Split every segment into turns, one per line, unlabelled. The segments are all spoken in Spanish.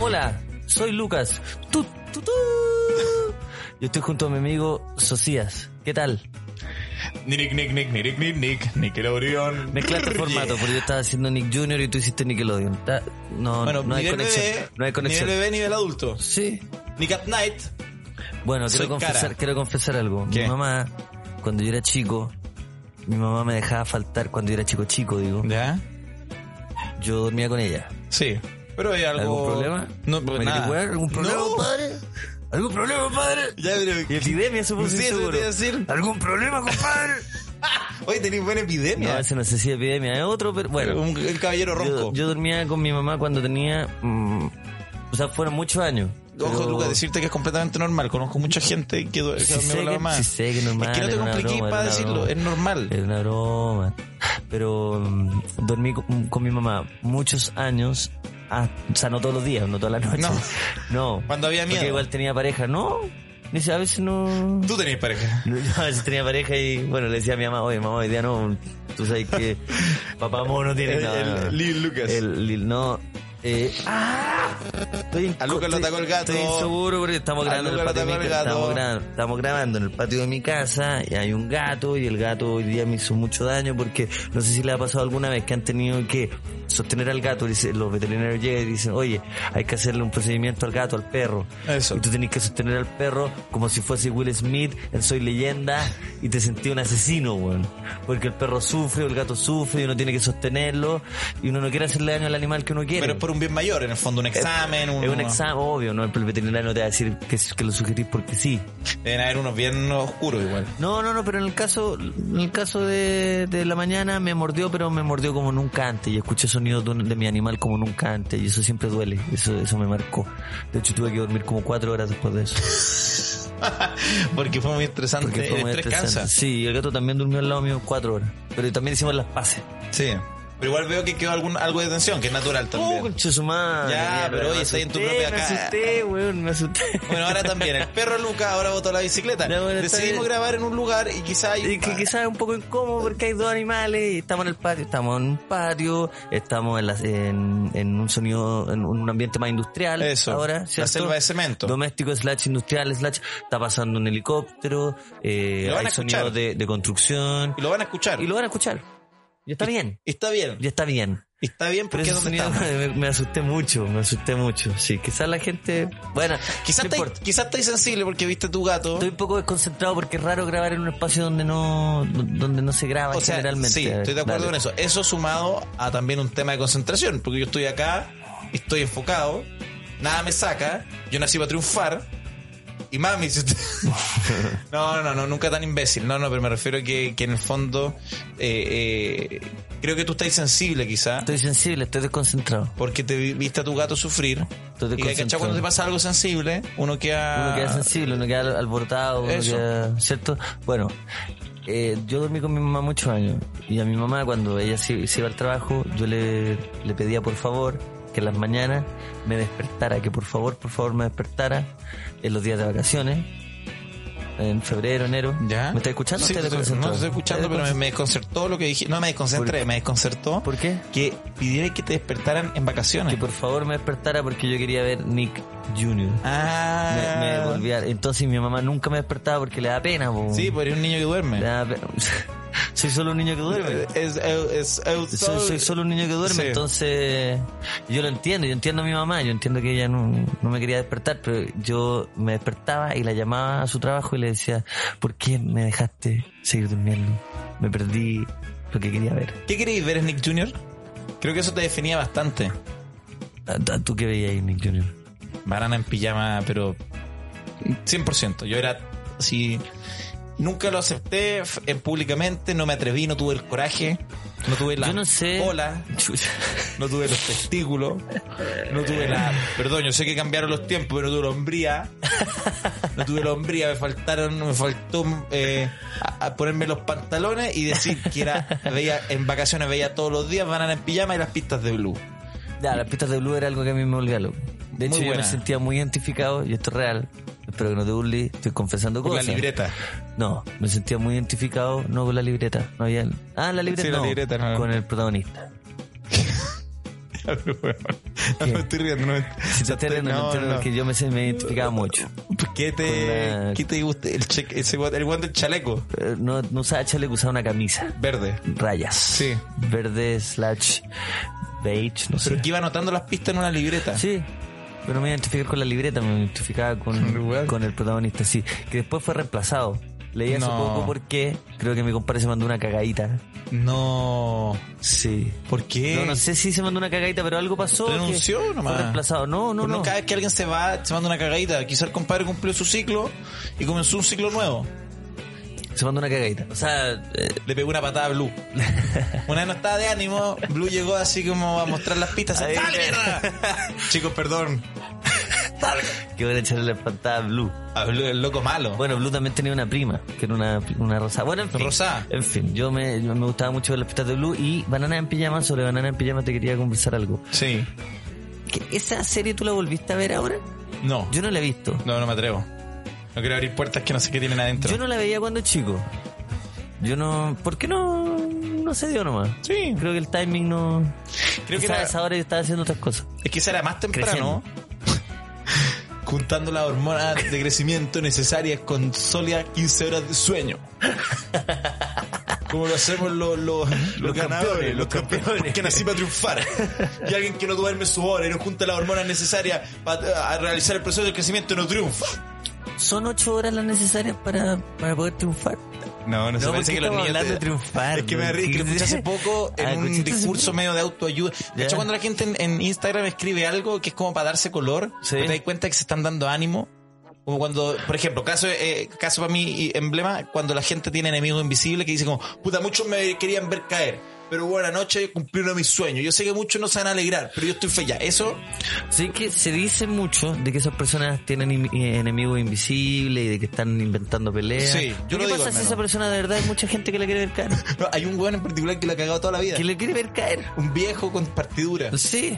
Hola, soy Lucas. Tu, tu, tu. Yo estoy junto a mi amigo Socias. ¿Qué tal?
Nick, Nick, Nick, Nick, Nick, Nick, Nickelodeon.
Mezclaste
Brr,
formato,
yeah.
porque yo estaba haciendo Nick Junior y tú hiciste Nickelodeon. Está- No,
Bueno,
no hay
nivel
conexión.
bebé,
no hay conexión.
Nivel bebé, nivel adulto.
Sí.
Nick at Night.
Bueno,
Soy
quiero confesar,
cara.
quiero confesar algo.
¿Qué?
Mi mamá, cuando yo era chico, mi mamá me dejaba faltar cuando yo era chico chico, digo.
¿Ya?
Yo dormía con ella.
Sí. Pero hay algo...
¿Algún problema?
No,
¿Me
pues
querés
nada.
jugar? ¿Algún problema,
No.
padre? ¿Algún problema, padre?
Ya,
Y
pero...
epidemia, supongo
Sí, eso te
seguro.
iba a decir.
¿Algún problema, compadre?
Oye, tenéis buena
no,
epidemia.
ese no sé si epidemia es otro, pero bueno.
Un- el caballero
Yo,
ronco.
yo dormía con mi mamá cuando tenía. mm, o sea, fueron muchos años.
Ojo,
pero-
Lucas, decirte que es completamente normal. Conozco mucha gente que, duerme
Sí sé
con la
que-
mamá.
sí sé que es normal,
Es que no te
era una
compliquís
broma,
para
era una
decirlo,
broma. Eh,
es normal.
Era una broma. Pero mm, dormí con, con mi mamá muchos años. ah, o sea, no todos los días, no todas las noches. No.
Cuando había
Porque
miedo.
igual tenía pareja, ¿no? Dice, a veces no.
Tú tenías pareja.
Yo a veces tenía pareja y bueno, le decía a mi mamá, oye mamá, hoy día no, tú sabes que papá mono no tiene
El-
nada.
el
no, no.
Lil Lucas.
El Lil no. Eh, ¡ah! Estoy en-
A Lucas lo
estoy-
atacó el gato.
Estoy inseguro porque estamos
A
grabando, en el
Lucas lo
patio de mi,
atacó el
estamos,
gato.
gra- estamos grabando en el patio de mi casa y hay un gato y el gato hoy día me hizo mucho daño porque no sé si le ha pasado alguna vez que han tenido que sostener al gato. Dice, los veterinarios llegan y dicen, oye, hay que hacerle un procedimiento al gato, al perro.
Eso.
Y tú tenés que sostener al perro como si fuese Will Smith en Soy Leyenda y te sentí un asesino, weón. Porque el perro sufre o el gato sufre y uno tiene que sostenerlo y uno no quiere hacerle daño al animal que uno quiere.
Pero es por un bien mayor, en el fondo, un examen.
Es un examen, obvio, ¿no? El veterinario no te va a decir que, que lo sugerís porque sí.
Deben haber unos bien oscuros igual.
No, no, no, pero en el caso, en el caso de, de la mañana me mordió, pero me mordió como nunca antes y escuché sonidos de, un- de mi animal como nunca antes y eso siempre duele, eso, eso me marcó. De hecho tuve que dormir como cuatro horas después de eso.
Porque fue muy estresante.
Porque fue
el
muy
estrés
estresante.
cansa.
Sí, y el gato también durmió al lado mío cuatro horas. Pero también hicimos las paces.
Sí. Pero igual veo que quedó algún, algo de tensión, que es natural
¡Oh,
también.
concha su madre!
Ya,
Mierda,
pero
me
oye, está ahí en tu
asusté,
propia
Me
casa.
asusté, weón, me asusté.
Bueno, ahora también. El perro Lucas ahora botó la bicicleta.
Ya, bueno, está
Decidimos
bien.
grabar en un lugar y quizá hay...
Y que quizás es un poco incómodo porque hay dos animales y estamos en el patio, estamos en un patio, estamos en, la- en, en un sonido, en un ambiente más industrial.
Eso.
Ahora,
La
¿cierto?
selva de cemento.
Doméstico, slash industrial, slash, está pasando un helicóptero, eh,
Lo van
hay
a escuchar.
sonidos de, de construcción.
Y lo van a escuchar.
Y lo van a escuchar. Y está bien,
Está bien.
y está bien.
Está bien
Pero
porque es
ese
donde
sonido
estamos.
me, me asusté mucho, me asusté mucho. Sí, quizás la gente. Bueno,
Quizás
no
estáis
importa.
quizás estáis sensible porque viste tu gato.
Estoy un poco desconcentrado porque es raro grabar en un espacio donde no donde no se graba
O sea,
generalmente.
sí, estoy de acuerdo con eso. Eso sumado a también un tema de concentración, porque yo estoy acá, estoy enfocado, nada me saca, yo nací para triunfar. Y mami, si usted- no, no, no, no, nunca tan imbécil. No, no, pero me refiero a que, que en el fondo eh, eh, creo que tú estás sensible quizá,
Estoy sensible, estoy desconcentrado.
porque te vi- viste a tu gato sufrir.
Estoy
Y que,
desconcentrado.
¿cachai? cuando te pasa algo sensible, uno queda...
Uno queda sensible, uno queda al- alborotado, uno
Ah, Eso.
queda- ¿cierto? Bueno, eh, yo dormí con mi mamá muchos años y a mi mamá cuando ella se, se iba al trabajo yo le, le pedía por favor que en las mañanas me despertara, que por favor, por favor me despertara en los días de vacaciones, en febrero, enero.
¿Ya?
¿Me está escuchando? o
Sí,
está
te estoy- no
desconcentrado?
te estoy escuchando,
¿Está
pero me, me desconcertó lo que dije. No me desconcentré, me desconcertó.
¿Por qué?
que pidiera que te despertaran en vacaciones.
Que por favor me despertara porque yo quería ver Nick Jr. Me,
Ah,
me volví a- Entonces mi mamá nunca me despertaba porque le da pena. po.
Sí, pero eres un niño que duerme.
Le da pena. Eh. Soy solo un niño que duerme.
Es, es, es- es-
Soy, soy solo un niño que duerme,
Sí.
entonces yo lo entiendo, yo entiendo a mi mamá, yo entiendo que ella no, no me quería despertar, pero yo me despertaba y la llamaba a su trabajo y le decía, ¿por qué me dejaste seguir durmiendo? Me perdí lo que quería ver.
¿Qué queréis ver, Nick Jr.? Creo que eso te definía bastante.
¿A- a- Ah, ¿Tú qué veías ahí, Nick Jr.?
Banana en pijama, pero 100%. Yo era así. Nunca lo acepté f- en públicamente, no me atreví, no tuve el coraje, no tuve la
Yo no sé.
cola,
Chucha.
no tuve los testículos, no tuve la... Perdón, yo sé que cambiaron los tiempos, pero no tuve la hombría. No tuve la hombría, me faltaron, me faltó eh, a, a ponerme los pantalones y decir que era, veía, en vacaciones veía todos los días banana en pijama y las pistas de blue.
Ya, las pistas de Blue era algo que a mí me volvía loco. De hecho,
Muy
yo me
buena.
sentía muy identificado, y esto es real, espero que no te burles, estoy confesando
Con la
cosas.
libreta.
No, me sentía muy identificado, no con la libreta, no había... Ah, la libreta
Sí, la
no,
libreta, no.
con el protagonista.
No, no me estoy riendo. No me,
Si
o
te enteras,
sea, estoy-
no, te enteras, porque yo me, sé- me identificaba mucho.
¿Qué te,
Con la-
¿Qué te gusta? El, che- ese, guan- el guante del chaleco.
Eh, No, no usaba chaleco, usaba una camisa.
Verde.
Rayas.
Sí.
Verde slash beige, no sé.
Pero que iba anotando las pistas en una libreta.
Sí. Pero me identificaba con la libreta, me identificaba
Con el
con,
lugar.
con el protagonista, sí. Que después fue reemplazado. Leí hace
No.
poco porque creo que mi compadre se mandó una cagadita.
No.
Sí.
¿Por qué?
No, no sé si se mandó una cagadita, pero algo pasó. que
Renunció nomás. Pues
Fue reemplazado. No, no,
Pero
no.
Cada vez que alguien se va, se manda una cagadita. Quizá el compadre cumplió su ciclo y comenzó un ciclo nuevo.
Se mandó una cagadita. O sea, eh,
Le pegó una patada a Blue. Una vez no estaba de ánimo, Blue llegó así como a mostrar las pistas.
Ahí.
¡Dale, mierda! Chicos, perdón.
que van a echarle la patada a Blue.
A Blue, el loco malo.
Bueno, Blue también tenía una prima, que era una, una rosada. Bueno, en fin.
Rosada.
En fin, yo me, yo me gustaba mucho ver las pistas de Blue y Banana en Pijama. Sobre Banana en Pijama te quería conversar algo.
Sí.
¿Que ¿Esa serie tú la volviste a ver ahora?
No.
Yo no la he visto.
No, no me atrevo. No quiero abrir puertas que no sé qué tienen adentro.
Yo no la veía cuando chico. Yo no... ¿Por qué no, no se dio nomás?
Sí.
Creo que el timing no...
Creo que
Quizás a
era-
esa hora yo estaba haciendo otras cosas.
Es que esa era más temprano. Juntando las hormonas de crecimiento necesarias con sólidas 15 horas de sueño. Como lo hacemos los, los, los
Los
ganadores,
campeones,
los campeones. Porque nací para triunfar. Y alguien que no duerme su hora y no junta las hormonas necesarias para eh, a realizar el proceso de crecimiento no triunfa.
¿Son ocho horas las necesarias para, para poder triunfar?
No, no,
se parece que los niños te-
Es que me da risa, que lo escuché hace poco en
Ah,
un
escuchaste hace
discurso
poco.
medio de autoayuda. De
Ya.
hecho, cuando la gente en, en Instagram escribe algo que es como para darse color,
Sí.
pero te das cuenta que se están dando ánimo. Como cuando, por ejemplo, caso, eh, caso para mí y emblema, cuando la gente tiene enemigos invisibles que dice como, puta, muchos me querían ver caer, pero buena noche, cumplí uno de mis sueños. Yo sé que muchos no se van a alegrar, pero yo estoy feliz. Ya, Eso,
Sí que se dice mucho de que esas personas tienen in- eh, enemigos invisibles y de que están inventando peleas.
Sí, yo
yo
lo
¿Qué
digo
pasa
al
si
menos.
esa persona de verdad hay mucha gente que la quiere ver caer?
no, hay un weón en particular que lo ha cagado toda la vida.
Que le quiere ver caer.
Un viejo con partidura.
Sí.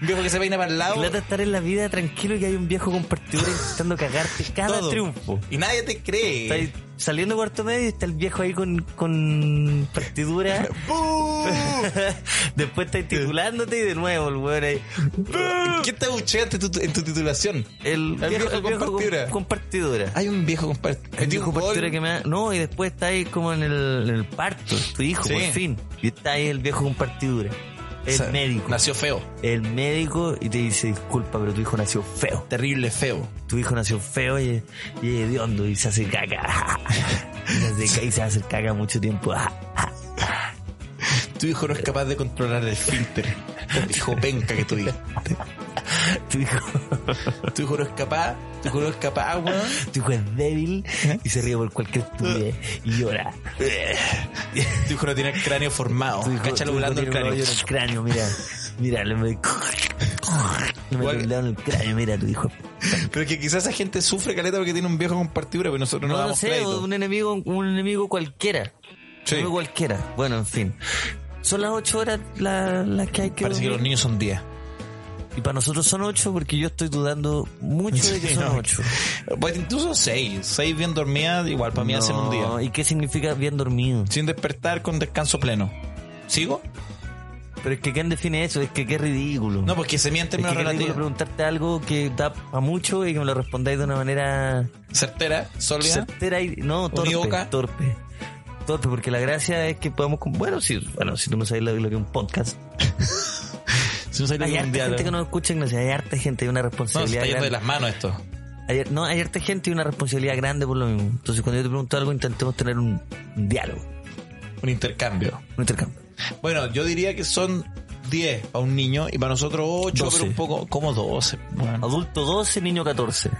Un viejo que se peina para el lado.
Trata de estar en la vida tranquilo y que hay un viejo compartidor intentando cagarte cada
todo.
triunfo.
Y nadie te cree.
Está ahí saliendo cuarto medio y está el viejo ahí con, con partidura. Después está ahí titulándote y de nuevo el weón ahí.
¿Qué te abucheaste tu- en tu titulación?
El viejo,
viejo
el viejo
con
con
partidura.
con partidura.
Hay un viejo compadre.
El viejo partidura que me da- No, y después está ahí como en el, en el parto, tu hijo,
Sí.
por fin. Y está ahí el viejo con partidura. El médico.
Nació feo.
El médico y te dice, disculpa, pero tu hijo nació feo.
Terrible feo.
Tu hijo nació feo y, y es hediondo y se hace caca. Y se, hace, y se va a hacer caca mucho tiempo.
Tu hijo no es capaz de controlar el filter. Hijo penca que tuviste.
Tu hijo,
Tu hijo no es capaz. Tu hijo no es capaz, weón.
tu hijo es débil y se ríe por cualquier estupidez y llora.
Tu hijo no tiene el cráneo formado.
Tu hijo-
Oh, Cáchalo
tu hijo
volando el
tiene un
cráneo.
hoyo en el cráneo, mira. Mira, le me... Le
Igual-
me doblaron el cráneo, mira, tu hijo
Pero que quizás esa gente sufre caleta porque tiene un viejo con partidura, pero nosotros
No,
no,
no
damos
sé,
crédito.
un enemigo, un enemigo cualquiera.
Sí.
Un enemigo cualquiera. Bueno, en fin. Son las ocho horas la- las que hay que
Parece que los
dormir.
niños son 10.
Y para nosotros son ocho porque yo estoy dudando mucho de que
Sí,
son
no.
ocho.
Pues incluso 6. 6 bien dormidas, igual para mí hacen un día.
No, ¿Y qué significa bien dormido?
Sin despertar con descanso pleno. ¿Sigo?
Pero es que ¿quién define eso? Es que qué ridículo.
No, porque se mide en
es que
términos
qué ridículo
relativos.
preguntarte algo que da a mucho y que me lo respondáis de una manera
Certera, sólida.
certera y no torpe,
Unívoca.
torpe. Torpe, porque la gracia es que podamos... con- Bueno, si, bueno, si tú no sabes lo, lo que es un podcast,
Si no salió
Hay
un
harta
día,
gente que
no,
no escucha, Ignacio. Hay harta gente y una
se está
responsabilidad
yendo
grande.
de las manos esto.
Hay, no, hay harta gente y una responsabilidad grande por lo mismo. Entonces, cuando yo te pregunto algo, intentemos tener un, un diálogo,
Un intercambio.
un intercambio.
Bueno, yo diría que son 10 para un niño y para nosotros 8,
12.
pero un poco como 12. Bueno,
Adulto 12, niño 14.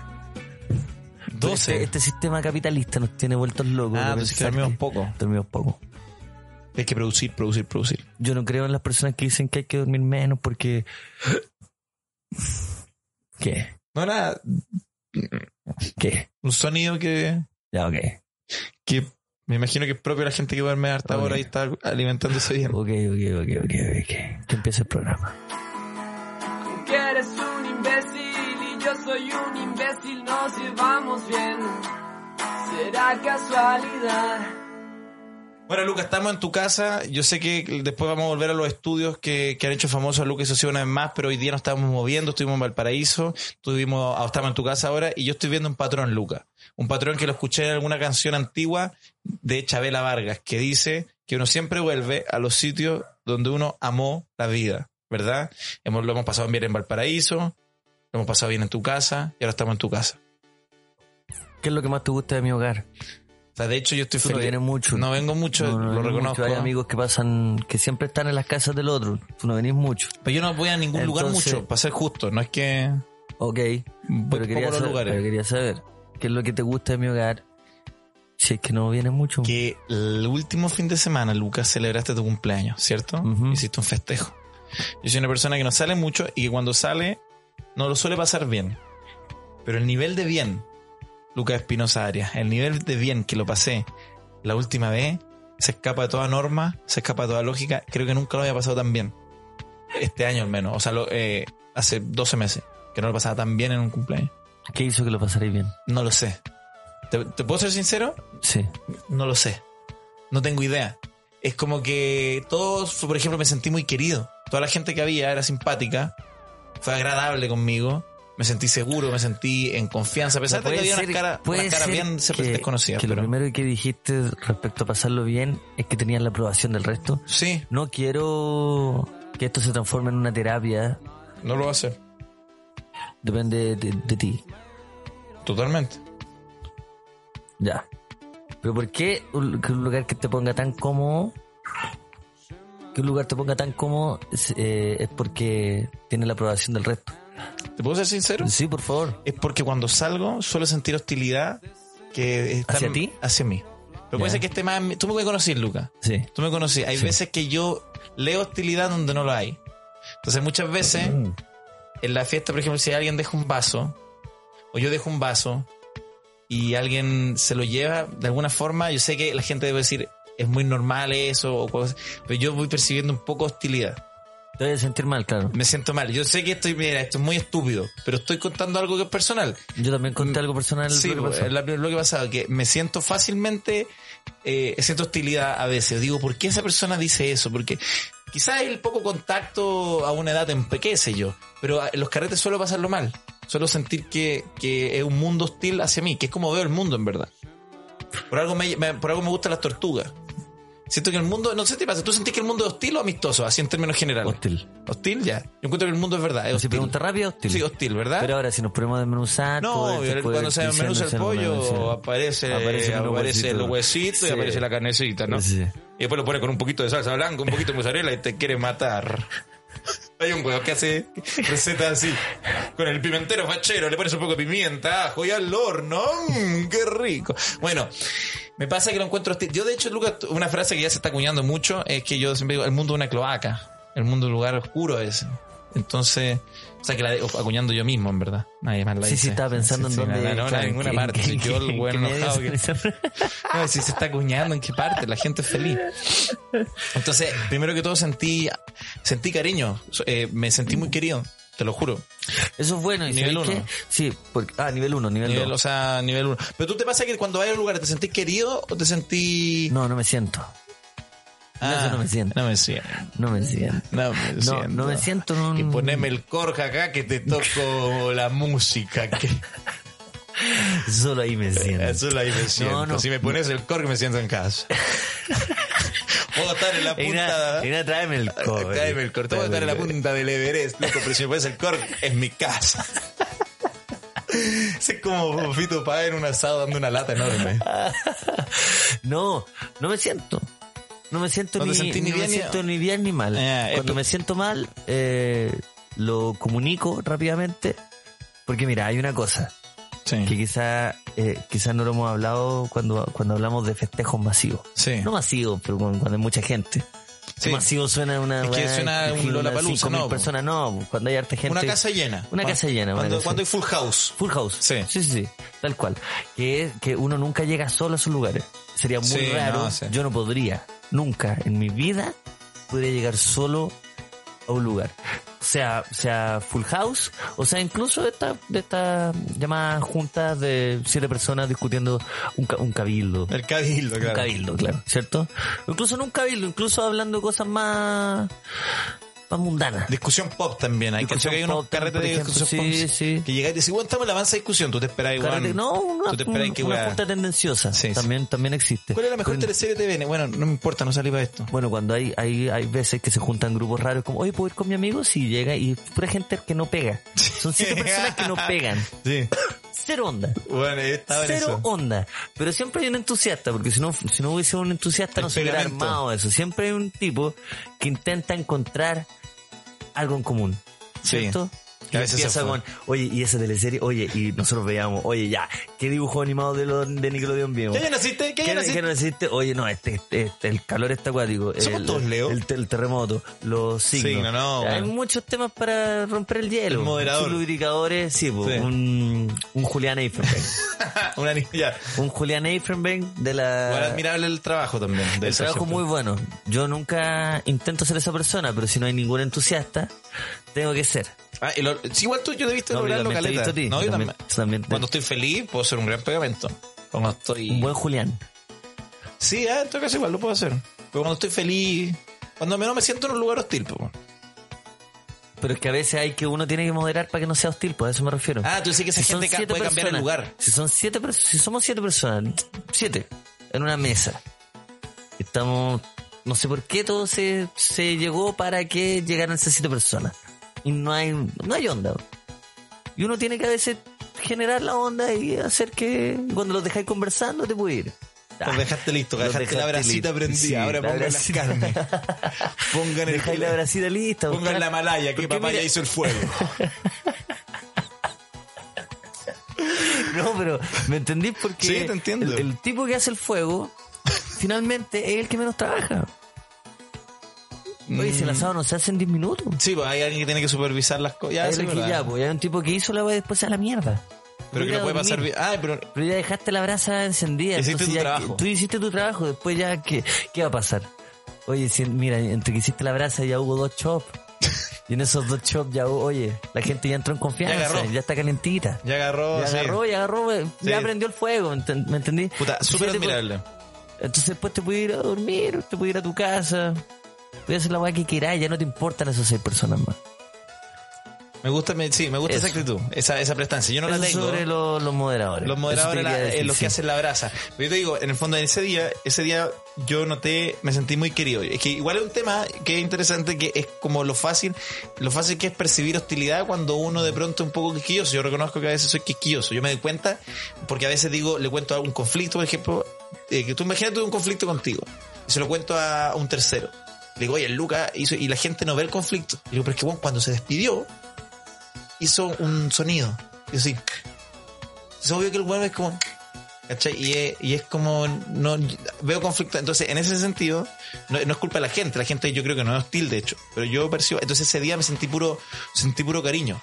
12.
Este, este sistema capitalista nos tiene vueltos locos.
ah,
de
entonces que
pensar
dormimos
que-
poco.
dormimos poco.
Hay que producir, producir, producir.
Yo no creo en las personas que dicen que hay que dormir menos porque. ¿Qué?
No nada,
¿Qué?
un sonido que,
Ya, ok.
que me imagino que es propio de la gente que duerme harta
Ok.
hora y está alimentándose bien.
Ok, ok, ok, ok, ok. Que empiece el programa.
Que eres un imbécil y yo soy un imbécil, nos llevamos bien. Será casualidad.
Bueno, Luca, estamos en tu casa. Yo sé que después vamos a volver a los estudios que, que han hecho famosos a Luca y Socio una vez más, pero hoy día nos estábamos moviendo, estuvimos en Valparaíso, estuvimos, ah, estamos en tu casa ahora y yo estoy viendo un patrón, Luca. Un patrón que lo escuché en alguna canción antigua de Chabela Vargas, que dice que uno siempre vuelve a los sitios donde uno amó la vida, ¿verdad? Hemos, lo hemos pasado bien en Valparaíso, lo hemos pasado bien en tu casa y ahora estamos en tu casa.
¿Qué es lo que más te gusta de mi hogar?
O sea, de hecho yo estoy
Tú no
feliz.
vienes mucho.
No vengo mucho,
No, no
lo
venís
reconozco.
mucho. Hay amigos que pasan, que siempre están en las casas del otro. Tú no venís mucho.
Pero yo no voy a ningún lugar
Entonces-
mucho, para ser justo. No es que
Ok.
voy
Pero quería,
poco a los
saber,
lugares.
pero quería saber qué es lo que te gusta de mi hogar. Si es que no vienes mucho.
Que el último fin de semana, Lucas, celebraste tu cumpleaños, ¿cierto?
Ujú.
Hiciste un festejo. Yo soy una persona que no sale mucho y que cuando sale no lo suele pasar bien. Pero el nivel de bien, Lucas Espinosa Arias, el nivel de bien que lo pasé la última vez, se escapa de toda norma, se escapa de toda lógica. Creo que nunca lo había pasado tan bien. Este año al menos. O sea, lo- eh, hace 12 meses que no lo pasaba tan bien en un cumpleaños.
¿Qué hizo que lo pasaréis bien?
No lo sé. ¿Te, te puedo ser sincero?
Sí.
No lo sé. No tengo idea. Es como que todos, por ejemplo, me sentí muy querido. Toda la gente que había era simpática, fue agradable conmigo, me sentí seguro, me sentí en confianza, a pesar de que había una cara,
puede
una cara
ser
bien se-
que-
desconocida.
que
pero-
lo primero que dijiste respecto a pasarlo bien es que tenías la aprobación del resto.
Sí,
No quiero que esto se transforme en una terapia.
no lo va a hacer.
Depende de, de ti.
Totalmente.
Ya. Pero ¿por qué un que un lugar que te ponga tan cómodo? Que un lugar te ponga tan cómodo es, eh, es porque tiene la aprobación del resto.
¿Te puedo ser sincero?
Sí, por favor.
es porque cuando salgo suelo sentir hostilidad que está
¿Hacia ti?
Hacia mí. Pero puede
Ya.
ser que esté más... en mí- Tú me puedes conocer, Lucas.
Sí.
Tú me conoces. Hay
Sí.
veces que yo leo hostilidad donde no la hay. Entonces muchas veces
Mm.
en la fiesta, por ejemplo, si alguien deja un vaso o yo dejo un vaso y alguien se lo lleva de alguna forma, yo sé que la gente debe decir es muy normal eso o cosas, pero yo voy percibiendo un poco hostilidad.
Te voy a sentir mal, claro.
Me siento mal. Yo sé que estoy, mira, esto es muy estúpido, pero estoy contando algo que es personal.
Yo también conté algo personal.
Sí,
lo que
pues,
pasó.
la- lo que pasaba, que me siento fácilmente, eh, siento hostilidad a veces. Digo, ¿por qué esa persona dice eso? Porque quizás el poco contacto a una edad te empequece yo, pero a- en los carretes suelo pasarlo mal. Suelo sentir que, que es un mundo hostil hacia mí, que es como veo el mundo en verdad. Por algo me, me- por algo me gustan las tortugas. Siento que el mundo, no sé qué pasa, ¿tú sentís que el mundo es hostil o amistoso? Así en términos generales.
Hostil.
Hostil ya. Yo encuentro que el mundo es verdad. Es
Si
hostil.
pregunta rápida, hostil.
Sí, hostil, ¿verdad?
Pero ahora, si nos ponemos a desmenuzar. pues,
No,
todo esto
obvio,
puede
cuando se
ir
desmenuza el
diciéndose en una
pollo,
canción.
aparece, aparece,
Aparecen los huesitos.
los huesitos y
Sí.
aparece la carnecita, ¿no?
Sí.
Y después lo pone con un poquito de salsa blanca, un poquito de mozzarella y te quiere matar. Hay un huevo que hace recetas así, con el pimentero fachero, le pones un poco de pimienta, ajo y al horno, ¡mmm, qué rico. Bueno, me pasa que lo encuentro hostil. Yo, de hecho, Lucas, una frase que ya se está acuñando mucho es que yo siempre digo, el mundo es una cloaca, el mundo es un lugar oscuro es. Entonces, o sea, que la de- acuñando yo mismo, en verdad. Nadie más la
Sí,
dice.
sí, estaba pensando
Sí, sí,
en dónde.
No, no, no,
claro,
en ninguna
que-
parte.
que-
yo, el
que-
buen
que me
enojado que-
hayas-
no, si se está acuñando, ¿en qué parte? La gente es feliz. Entonces, primero que todo sentí, sentí cariño. So- eh, me sentí muy querido, te lo juro.
Eso es bueno. ¿y
Nivel
sabes
uno.
qué? Sí, porque, ah, nivel 1, nivel
Nivel, o
2.
sea, nivel uno. Pero tú te pasa que cuando vas a un lugar, ¿te sentís querido o te sentí...?
No, no me siento. eso no me siento.
Ah, No me siento.
No me siento.
No me
No,
siento.
no me siento en un...
Y poneme el corja acá que te toco la música. Que...
Solo ahí me siento.
Eso Eh, es ahí me siento.
no.
Si me pones el corja, me siento en casa. Puedo estar en la punta... ¿eh?
Era, era tráeme el cobre.
Tráeme el corte. Voy a estar en la punta del Everest, loco, pero si me pones el corte, es mi casa. Es como Fito Páez en un asado dando una lata enorme.
No, no me siento. No me siento,
No te
ni,
sentís ni
me
bien ni-
siento ni bien ni mal.
Ah, eh,
Cuando
pero-
me siento mal, eh, lo comunico rápidamente. Porque mira, hay una cosa que
Sí.
quizá, eh, quizá no lo hemos hablado cuando, cuando hablamos de festejos masivos.
Sí.
No masivos, pero cuando, cuando hay mucha gente.
Sí.
Masivo suena una...
Es que
weá,
suena un
unas
Lollapalooza,
5.000
no,
personas, no. Cuando hay harta gente...
Una casa llena.
Una
Cu-
casa llena, una
Cuando,
casa
cuando hay full house.
Full House.
Sí.
Sí, sí, sí. Tal cual. Que, que uno nunca llega solo a sus lugares. Sería muy
Sí,
raro.
no, sí.
Yo no podría. Nunca en mi vida podría llegar solo a un lugar. sea, sea full house, o sea, incluso de estas de estas llamadas juntas de siete personas discutiendo un, ca- un cabildo.
El cabildo, claro.
Un cabildo, claro, ¿cierto? Incluso en un cabildo, incluso hablando de cosas más, más mundanas.
Discusión pop también. Hay que
Discusión
que hay unos
pop también,
carretes de
por
discusión
ejemplo,
pop.
sí, sí.
Que llegáis y decís, bueno, estamos en la avanza discusión. Tú te esperás,
Claro,
igual.
no, una,
Tú te esperás que
una
weá.
junta tendenciosa
Sí, sí.
también, también existe.
¿Cuál es la mejor
Pero-
tercera de TVN? Bueno, no me importa, no salí para esto.
Bueno, cuando hay, hay, hay veces que se juntan grupos raros, como, oye, ¿puedo ir con mi amigo? Si llega y pura gente que no pega. Son siete personas que no pegan.
Sí.
Cero onda.
Bueno, he estado en
Cero
eso.
onda. Pero siempre hay un entusiasta, porque si no, si no hubiese un entusiasta
El
no se hubiera
pegamento.
armado eso. Siempre hay un tipo que intenta encontrar algo en común.
Sí.
¿Cierto? Y
Que a veces
empieza
se fue.
con, oye, y esa teleserie, oye, y nosotros veíamos, oye, ya, ¿qué dibujo animado de, lo, de Nickelodeon vimos?
¿Qué año naciste? ¿Qué
¿Qué,
año
qué
naciste?
no existe? Oye, no, este, este- este- el calor está acuático.
Somos
el,
todos Leo.
El, te- el terremoto, los signos.
Signo, no,
Hay
bueno.
muchos temas para romper el hielo.
El moderador.
Sus lubricadores, sí, po,
Sí.
Un, un Julián Eiffenberg.
Una niña. Ya.
un Julián Eiffenberg de la...
Igual admirable el trabajo también. de
Ah. el
esa
trabajo
gente.
muy bueno. Yo nunca intento ser esa persona, pero si no hay ningún entusiasta, tengo que ser.
Ah, y lo- sí, igual tú yo te he visto
No,
lograrlo,
pero también te he visto
caleta.
a ti.
No, yo
Yo también-
también.
yo también te-
Cuando estoy feliz, puedo ser un gran pegamento. Cuando estoy.
Un buen Julián.
Sí, ah, en todo caso igual lo puedo hacer. Pero cuando estoy feliz, cuando menos me siento en un lugar hostil, po.
Pero es que a veces hay que uno tiene que moderar para que no sea hostil, pues a eso me refiero.
Ah, tú dices que esa
Si son
gente ca-
siete
puede cambiar el
personas,
lugar.
Si son siete pers- si somos siete personas, siete, en una mesa. Estamos, no sé por qué todo se, se llegó para que llegaran esas siete personas. Y no hay, no hay onda. Y uno tiene que a veces generar la onda y hacer que cuando los dejáis conversando te puede ir. Ah.
Los dejaste listo,
los
dejaste la
dejaste
bracita
listo.
prendida.
Sí,
Ahora
la
pongan las
bracita.
carnes. Pongan el
Dejáis la bracita lista.
Pongan
buscáis-
la malaya, que
Porque
papá ya
mira-
hizo el fuego.
No, pero ¿me entendís? Porque
Sí, te entiendo.
El, el tipo que hace el fuego, finalmente es el que menos trabaja. Oye, si el
Mm.
asado no se hace en 10 minutos.
Sí, pues hay alguien que tiene que supervisar las cosas. Ya,
Hay
sí,
alguien que
verdad.
ya, pues, hay un tipo que hizo la wea y después a la mierda.
Pero que
Ya
lo puede pasar
dormí.
bien. Ah, pero
Pero ya dejaste la brasa encendida.
Hiciste
entonces
tu
ya-
trabajo.
Tú hiciste tu trabajo, después ya, ¿qué, qué va a pasar? Oye, si- mira, entre que hiciste la brasa ya hubo dos chops. Y en esos dos chops ya, hubo- oye, la gente ya entró en confianza,
Ya
ya,
agarró.
está calentita.
ya agarró.
Ya
sí.
agarró, ya agarró, eh,
Sí.
ya prendió el fuego, ¿me enten- ¿me entendí?
Puta,
Entonces
súper
ya te puedes-
admirable.
Entonces después te puedes ir a dormir, te puedes ir a tu casa, puedes hacer la weá que quieras, ya no te importan esas seis personas más.
Me gusta, me- sí, me gusta esa
Eso.
actitud, esa, esa prestancia. Yo no
Eso
la tengo.
sobre lo- los moderadores.
Los moderadores,
Eso te
la-
quería
eh,
decir,
los
sí.
que hacen la brasa. Pero yo te digo, en el fondo, en ese día, ese día yo noté, me sentí muy querido. Es que igual es un tema que es interesante, que es como lo fácil, lo fácil que es percibir hostilidad cuando uno de pronto es un poco quisquilloso. Yo reconozco que a veces soy quisquilloso. Yo me doy cuenta, porque a veces digo, le cuento algún conflicto, por ejemplo, eh, que tú imagínate un conflicto contigo, y se lo cuento a un tercero. Le digo, oye, el Luca hizo, y la gente no ve el conflicto. Y digo, pero es que bueno, cuando se despidió, hizo un sonido. Y así. Es obvio que el huevo es como. ¿Cachai? Y es, y es como. No, veo conflicto. Entonces, en ese sentido, no, no es culpa de la gente. La gente yo creo que no es hostil, de hecho. Pero yo percibo. Entonces, ese día me sentí puro, sentí puro cariño.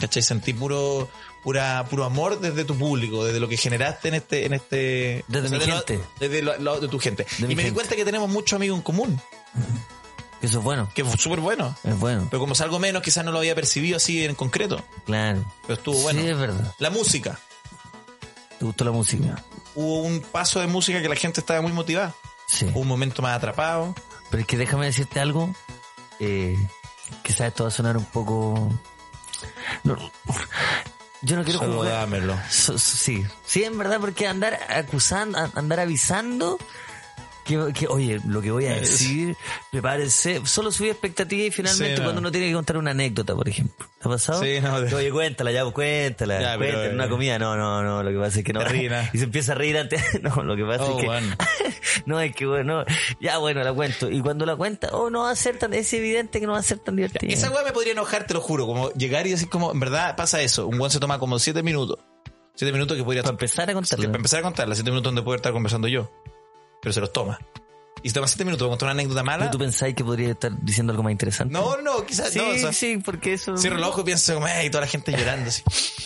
¿Cachai? Sentí puro. Pura, puro amor desde tu público, desde lo que generaste en este, en este
Desde mi
de lo-
gente.
desde lo- lo- de tu gente.
De
y me
mi
di
gente.
cuenta que tenemos muchos amigos en común,
Que eso es bueno,
que fue súper bueno.
es bueno,
Pero como salgo menos, quizás no lo había percibido así en concreto.
claro.
Pero estuvo bueno.
Sí, es verdad.
La música.
¿Te gustó la música?
Hubo un paso de música que la gente estaba muy motivada.
Sí.
Hubo un momento más atrapado.
Pero es que déjame decirte algo, eh, quizás esto va a sonar un poco... no, yo no quiero
Solo
jugar...
dámelo.
So- so- sí, sí, en verdad, porque andar acusando, a- andar avisando que, que, oye, lo que voy a
Es-
decir, prepárense, solo subí expectativa y finalmente
Sí, no.
cuando uno tiene que contar una anécdota, por ejemplo. ¿Te ha pasado?
Sí, no, de-
Que, Oye, cuéntala, ya, pues, cuéntala,
Ya, pero,
cuéntala, en una
eh,
comida, no, no, no, lo que pasa es que no.
te ríes, ¿no?
Y se empieza a reír antes, no, lo que pasa
Oh,
es que...
bueno.
no, es que bueno, ya bueno, la cuento. Y cuando la cuenta, oh, no va a ser tan, es evidente que no va a ser tan divertida.
Esa weá me podría enojar, te lo juro. Como llegar y decir como, en verdad pasa eso. Un weón se toma como siete minutos. Siete minutos que podría
Para empezar a
que
contarla.
para empezar a contar, las siete minutos donde puedo estar conversando yo. Pero se los toma. Y se toma siete minutos para contar una anécdota mala.
¿Pero ¿Tú pensáis que podría estar diciendo algo más interesante?
No, no, quizás
Sí,
no. o sea,
sí, porque eso.
Cierro los ojos y pienso como, "Ey", toda la gente llorando. Así.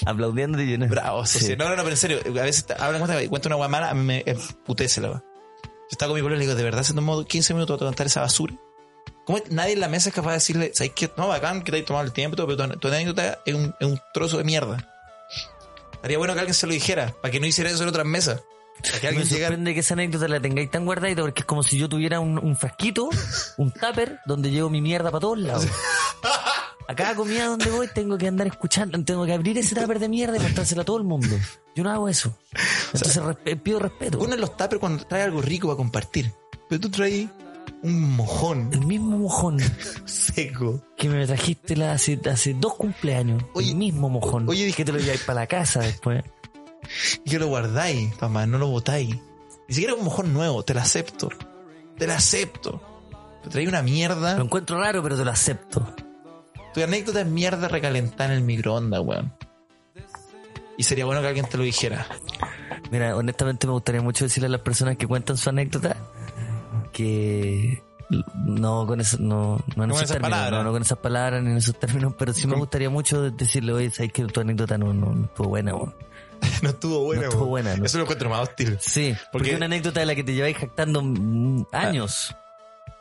Aplaudiendo y lleno.
Bravo, sí. sí. No, no, no, pero en serio, a veces te- hablan cuenta, cuenta una guay mala, a mí me emputece la weá. Yo estaba con mi pueblo y le digo, ¿de verdad se tomó 15 minutos para contar esa basura? ¿Cómo es- nadie en la mesa es capaz de decirle, ¿sabes qué? No, bacán, que te hayas tomado el tiempo, y todo, pero tu, tu anécdota es un, es un trozo de mierda. Estaría bueno que alguien se lo dijera, para que no hiciera eso en otras mesas. Para que
Me
alguien llegara.
sorprende que esa anécdota la tengáis tan guardadita porque es como si yo tuviera un, un frasquito, un tupper, donde llevo mi mierda para todos lados. A cada comida donde voy tengo que andar escuchando, tengo que abrir ese tupper de mierda y mostrárselo a todo el mundo. Yo no hago eso. Entonces resp- pido respeto.
Uno en los tuppers cuando trae algo rico para compartir, pero tú traes un mojón
El mismo mojón
seco.
que me trajiste la- hace, hace dos cumpleaños.
Oye,
el mismo mojón.
oye, dije-
que te lo lleváis para la casa después.
Y que lo guardáis, papá, no lo botáis. Ni siquiera un mojón nuevo, te lo acepto. Te lo acepto. Te traí una
Lo
mierda.
encuentro raro, pero te lo acepto.
Tu anécdota es mierda recalentada en el microondas, weón. Y sería bueno que alguien te lo dijera.
Mira, honestamente me gustaría mucho decirle a las personas que cuentan su anécdota que no con eso, no, no en
con
esos
esas
términos,
palabras.
no, no con esas palabras ni en esos términos, pero sí me gustaría mucho decirle, oye, sabes que tu anécdota no, no, no estuvo buena, weón.
No estuvo buena,
No estuvo
weón.
buena, no.
Eso lo encuentro más hostil.
Sí, porque
Porque- Ah.
es una anécdota de la que te lleváis jactando mm, años.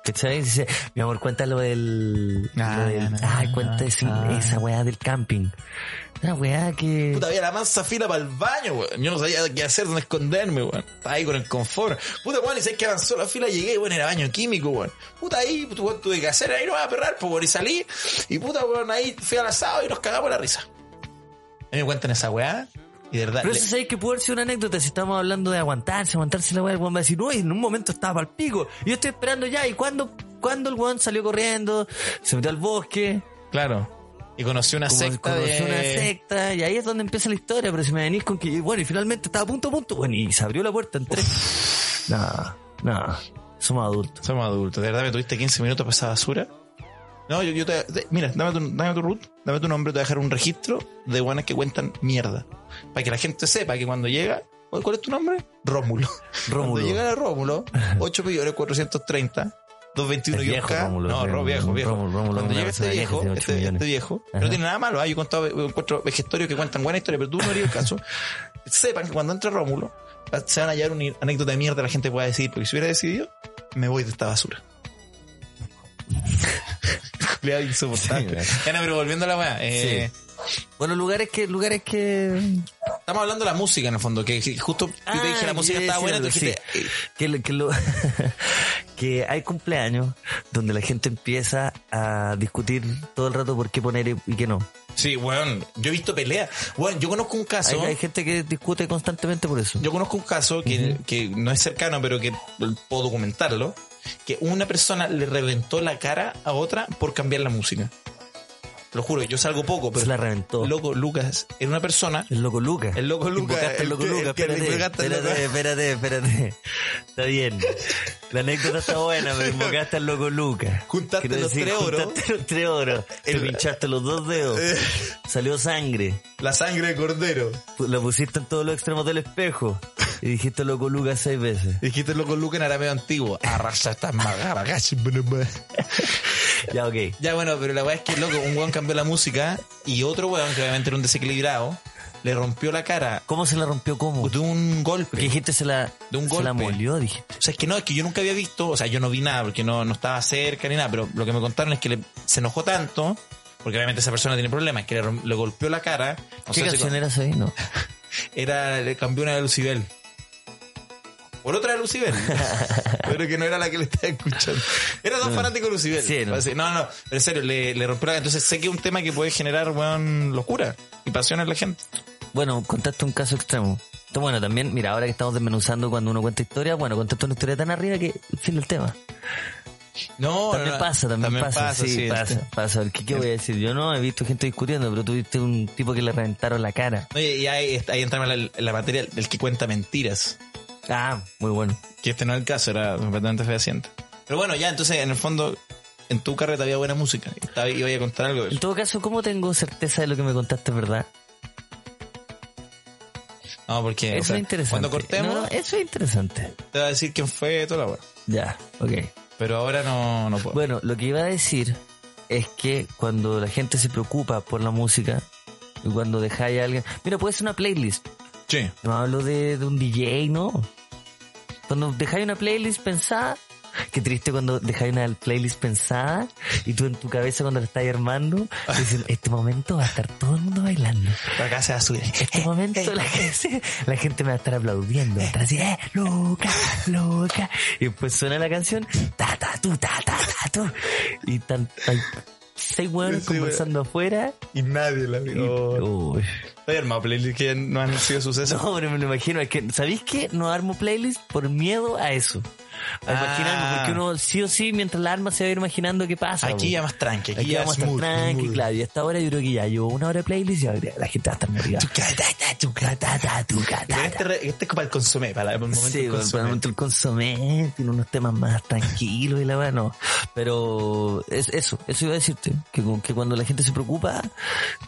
¿Cachai? Dice, mi amor, cuéntalo del.
Ah,
lo del-
no,
ay,
no,
cuenta ese-
ah.
esa weá del camping. Una weá que.
Puta, había la mansa fila para el baño, weón. Yo no sabía qué hacer, dónde esconderme, weón. Estaba ahí con el confort. Puta, weón, y sabes que avanzó la fila, llegué, weón, era baño químico, weón. Puta, ahí, puta, weón, tuve que hacer, ahí no vas a perrar, pues, weón, y salí. Y puta, weón, ahí fui al asado y nos cagamos la risa. A mí me cuentan esa weá, y de verdad.
Pero
le-
eso sabéis que puede haber sido una anécdota si estamos hablando de aguantarse, aguantarse la weá, el weón va a decir, uy, en un momento estaba pa'l pico, y yo estoy esperando ya, y cuando, cuando el weón salió corriendo, se metió al bosque,
Claro. Y conocí una
como-
secta
conoció
de...
una secta, y ahí es donde empieza la historia, pero si me venís con que, y bueno, y finalmente estaba a punto, a punto, bueno, y se abrió la puerta en tres. Nah, nah, somos adultos.
Somos adultos. ¿De verdad me tuviste 15 minutos para esa basura? No, yo, yo te... de- mira, dame tu, dame tu root, dame tu nombre, te voy a dejar un registro de buenas que cuentan mierda. Para que la gente sepa que cuando llega... ¿Cuál cuál es tu nombre? Rómulo.
Rómulo.
Cuando llegara Rómulo, 8 millones 430, 221
El viejo
K.
Rómulo,
No,
el
Ro- viejo,
Rómulo,
viejo.
Rómulo, Rómulo,
Cuando
una
llega este
persona vieja
viejo,
de ocho
este,
millones.
este viejo, que
Ajá.
no tiene nada malo, ah, yo he contado yo encuentro vegetorios que cuentan buena historia, pero tú no harías caso. Sepan que cuando entre Rómulo, se van a hallar una anécdota de mierda la gente pueda decidir, porque si hubiera decidido, me voy de esta basura. Culeado
Sí,
insoportable.
claro.
Ya no, pero volviendo a la weá. eh,
Bueno, lugares que, lugares que,
Estamos hablando de la música en el fondo, que que justo yo
Ah,
te dije la música
yo
estaba
iba a
buena, tú
decir
dijiste,
que, lo- que, lo- que hay cumpleaños donde la gente empieza a discutir todo el rato por qué poner y qué no.
Sí, weón, yo he visto peleas. Weón, yo conozco un
Hay,
caso.
hay gente que discute constantemente por eso.
Yo conozco un caso que, que no es cercano, pero que puedo documentarlo. Que una persona le reventó la cara a otra por cambiar la música. Lo juro, yo salgo poco, pero
Se la reventó.
loco Lucas era una persona.
el loco Luca.
El loco Luca,
Invocaste
el
el loco
que-
Luca.
el que
Espérate,
invocaste al
espérate, espérate, espérate. Está bien. La anécdota está buena, pero invocaste al loco Luca.
Juntaste
Quiero
los tres oros.
Juntaste los tres oros. Te
El- Eh.
pinchaste los dos dedos. Salió sangre.
La sangre de cordero.
Lo pusiste en todos los extremos del espejo. Y dijiste loco Luca seis veces.
Dijiste loco Lucas en arameo antiguo. Arrasa estas magarras.
Ya, ok.
Ya bueno, pero la weá es que loco, un weón cambió la música y otro weón, que obviamente era un desequilibrado, le rompió la cara
¿Cómo se la rompió? ¿Cómo?
de un golpe.
Porque dijiste se la,
De un
se la
golpe.
molió, dijiste.
O sea, es que no, es que yo nunca había visto, o sea, yo no vi nada porque no, no estaba cerca ni nada, pero lo que me contaron es que le- se enojó tanto, porque obviamente esa persona tiene problemas, que le, rom- le golpeó la cara. No
¿Qué
sé si
canción
con-
era esa ahí? No.
era? Le cambió una de Lucibel. Por otra de Lucibel. pero que no era la que le estaba escuchando. Era tan fanático de Lucibel.
Sí, no.
Parece- no. no, pero en serio, le, le rompió la cara. Entonces sé que es un tema que puede generar, weón, locura y pasión en la gente.
Bueno, contaste un caso extremo. Entonces, bueno, también, mira, ahora que estamos desmenuzando cuando uno cuenta historia, bueno, contaste una historia tan arriba que fin del tema.
No,
También
no,
pasa, también, pasa, sí, este. pasa, pasa. ¿Qué, qué voy a decir? Yo no he visto gente discutiendo, pero tuviste un tipo que le reventaron la cara.
No, y- y ahí, ahí entramos en la, en la materia del que cuenta mentiras.
Ah, muy bueno.
Que este no es el caso, era completamente fehaciente. Pero bueno, ya, entonces, en el fondo, en tu carreta había buena música. Estaba, iba a contar algo de
En
eso.
todo caso, ¿cómo tengo certeza de lo que me contaste, es verdad?
No, porque
Eso
o sea,
es interesante.
cuando cortemos,
No, eh. eso es interesante.
te va a decir quién fue toda la hora.
Ya, ok.
Pero ahora no, no puedo.
Bueno, lo que iba a decir es que cuando la gente se preocupa por la música, y cuando dejáis a alguien. Mira, puede ser una playlist.
sí.
No hablo de, de un DJ, no. Cuando dejáis una playlist pensada, Qué triste cuando dejáis una playlist pensada y tú en tu cabeza cuando la estás armando, dices, este momento va a estar todo el mundo bailando.
Acá se va a subir.
Este momento la gente, la gente me va a estar aplaudiendo, va a estar así, eh, loca, loca. Y después suena la canción, ta, ta, tu, ta, ta, ta, tu. Y tan, hay seis hueones
Sí, eh.
conversando afuera.
Y nadie la
Y, Uy.
Estoy armado playlist que no han sido sucesos.
No, pero me lo imagino. Es que, ¿sabéis qué? No armo playlist por miedo a eso. A
Ah.
imaginarme, porque uno sí o sí, mientras la arma se va a ir imaginando qué pasa.
Aquí
po.
ya más tranqui, aquí,
Aquí
ya
vamos a estar
smooth,
tranqui,
smooth.
claro. Y hasta ahora yo creo que ya llevo una hora de playlist y ya la gente va a estar motivada.
Pero Este, re- este es como el consomé, para el momento
Sí,
del
bueno,
consomé.
para el consomé, tiene unos temas más tranquilos y la verdad no. Pero es eso, eso iba a decirte, que, cu- que cuando la gente se preocupa,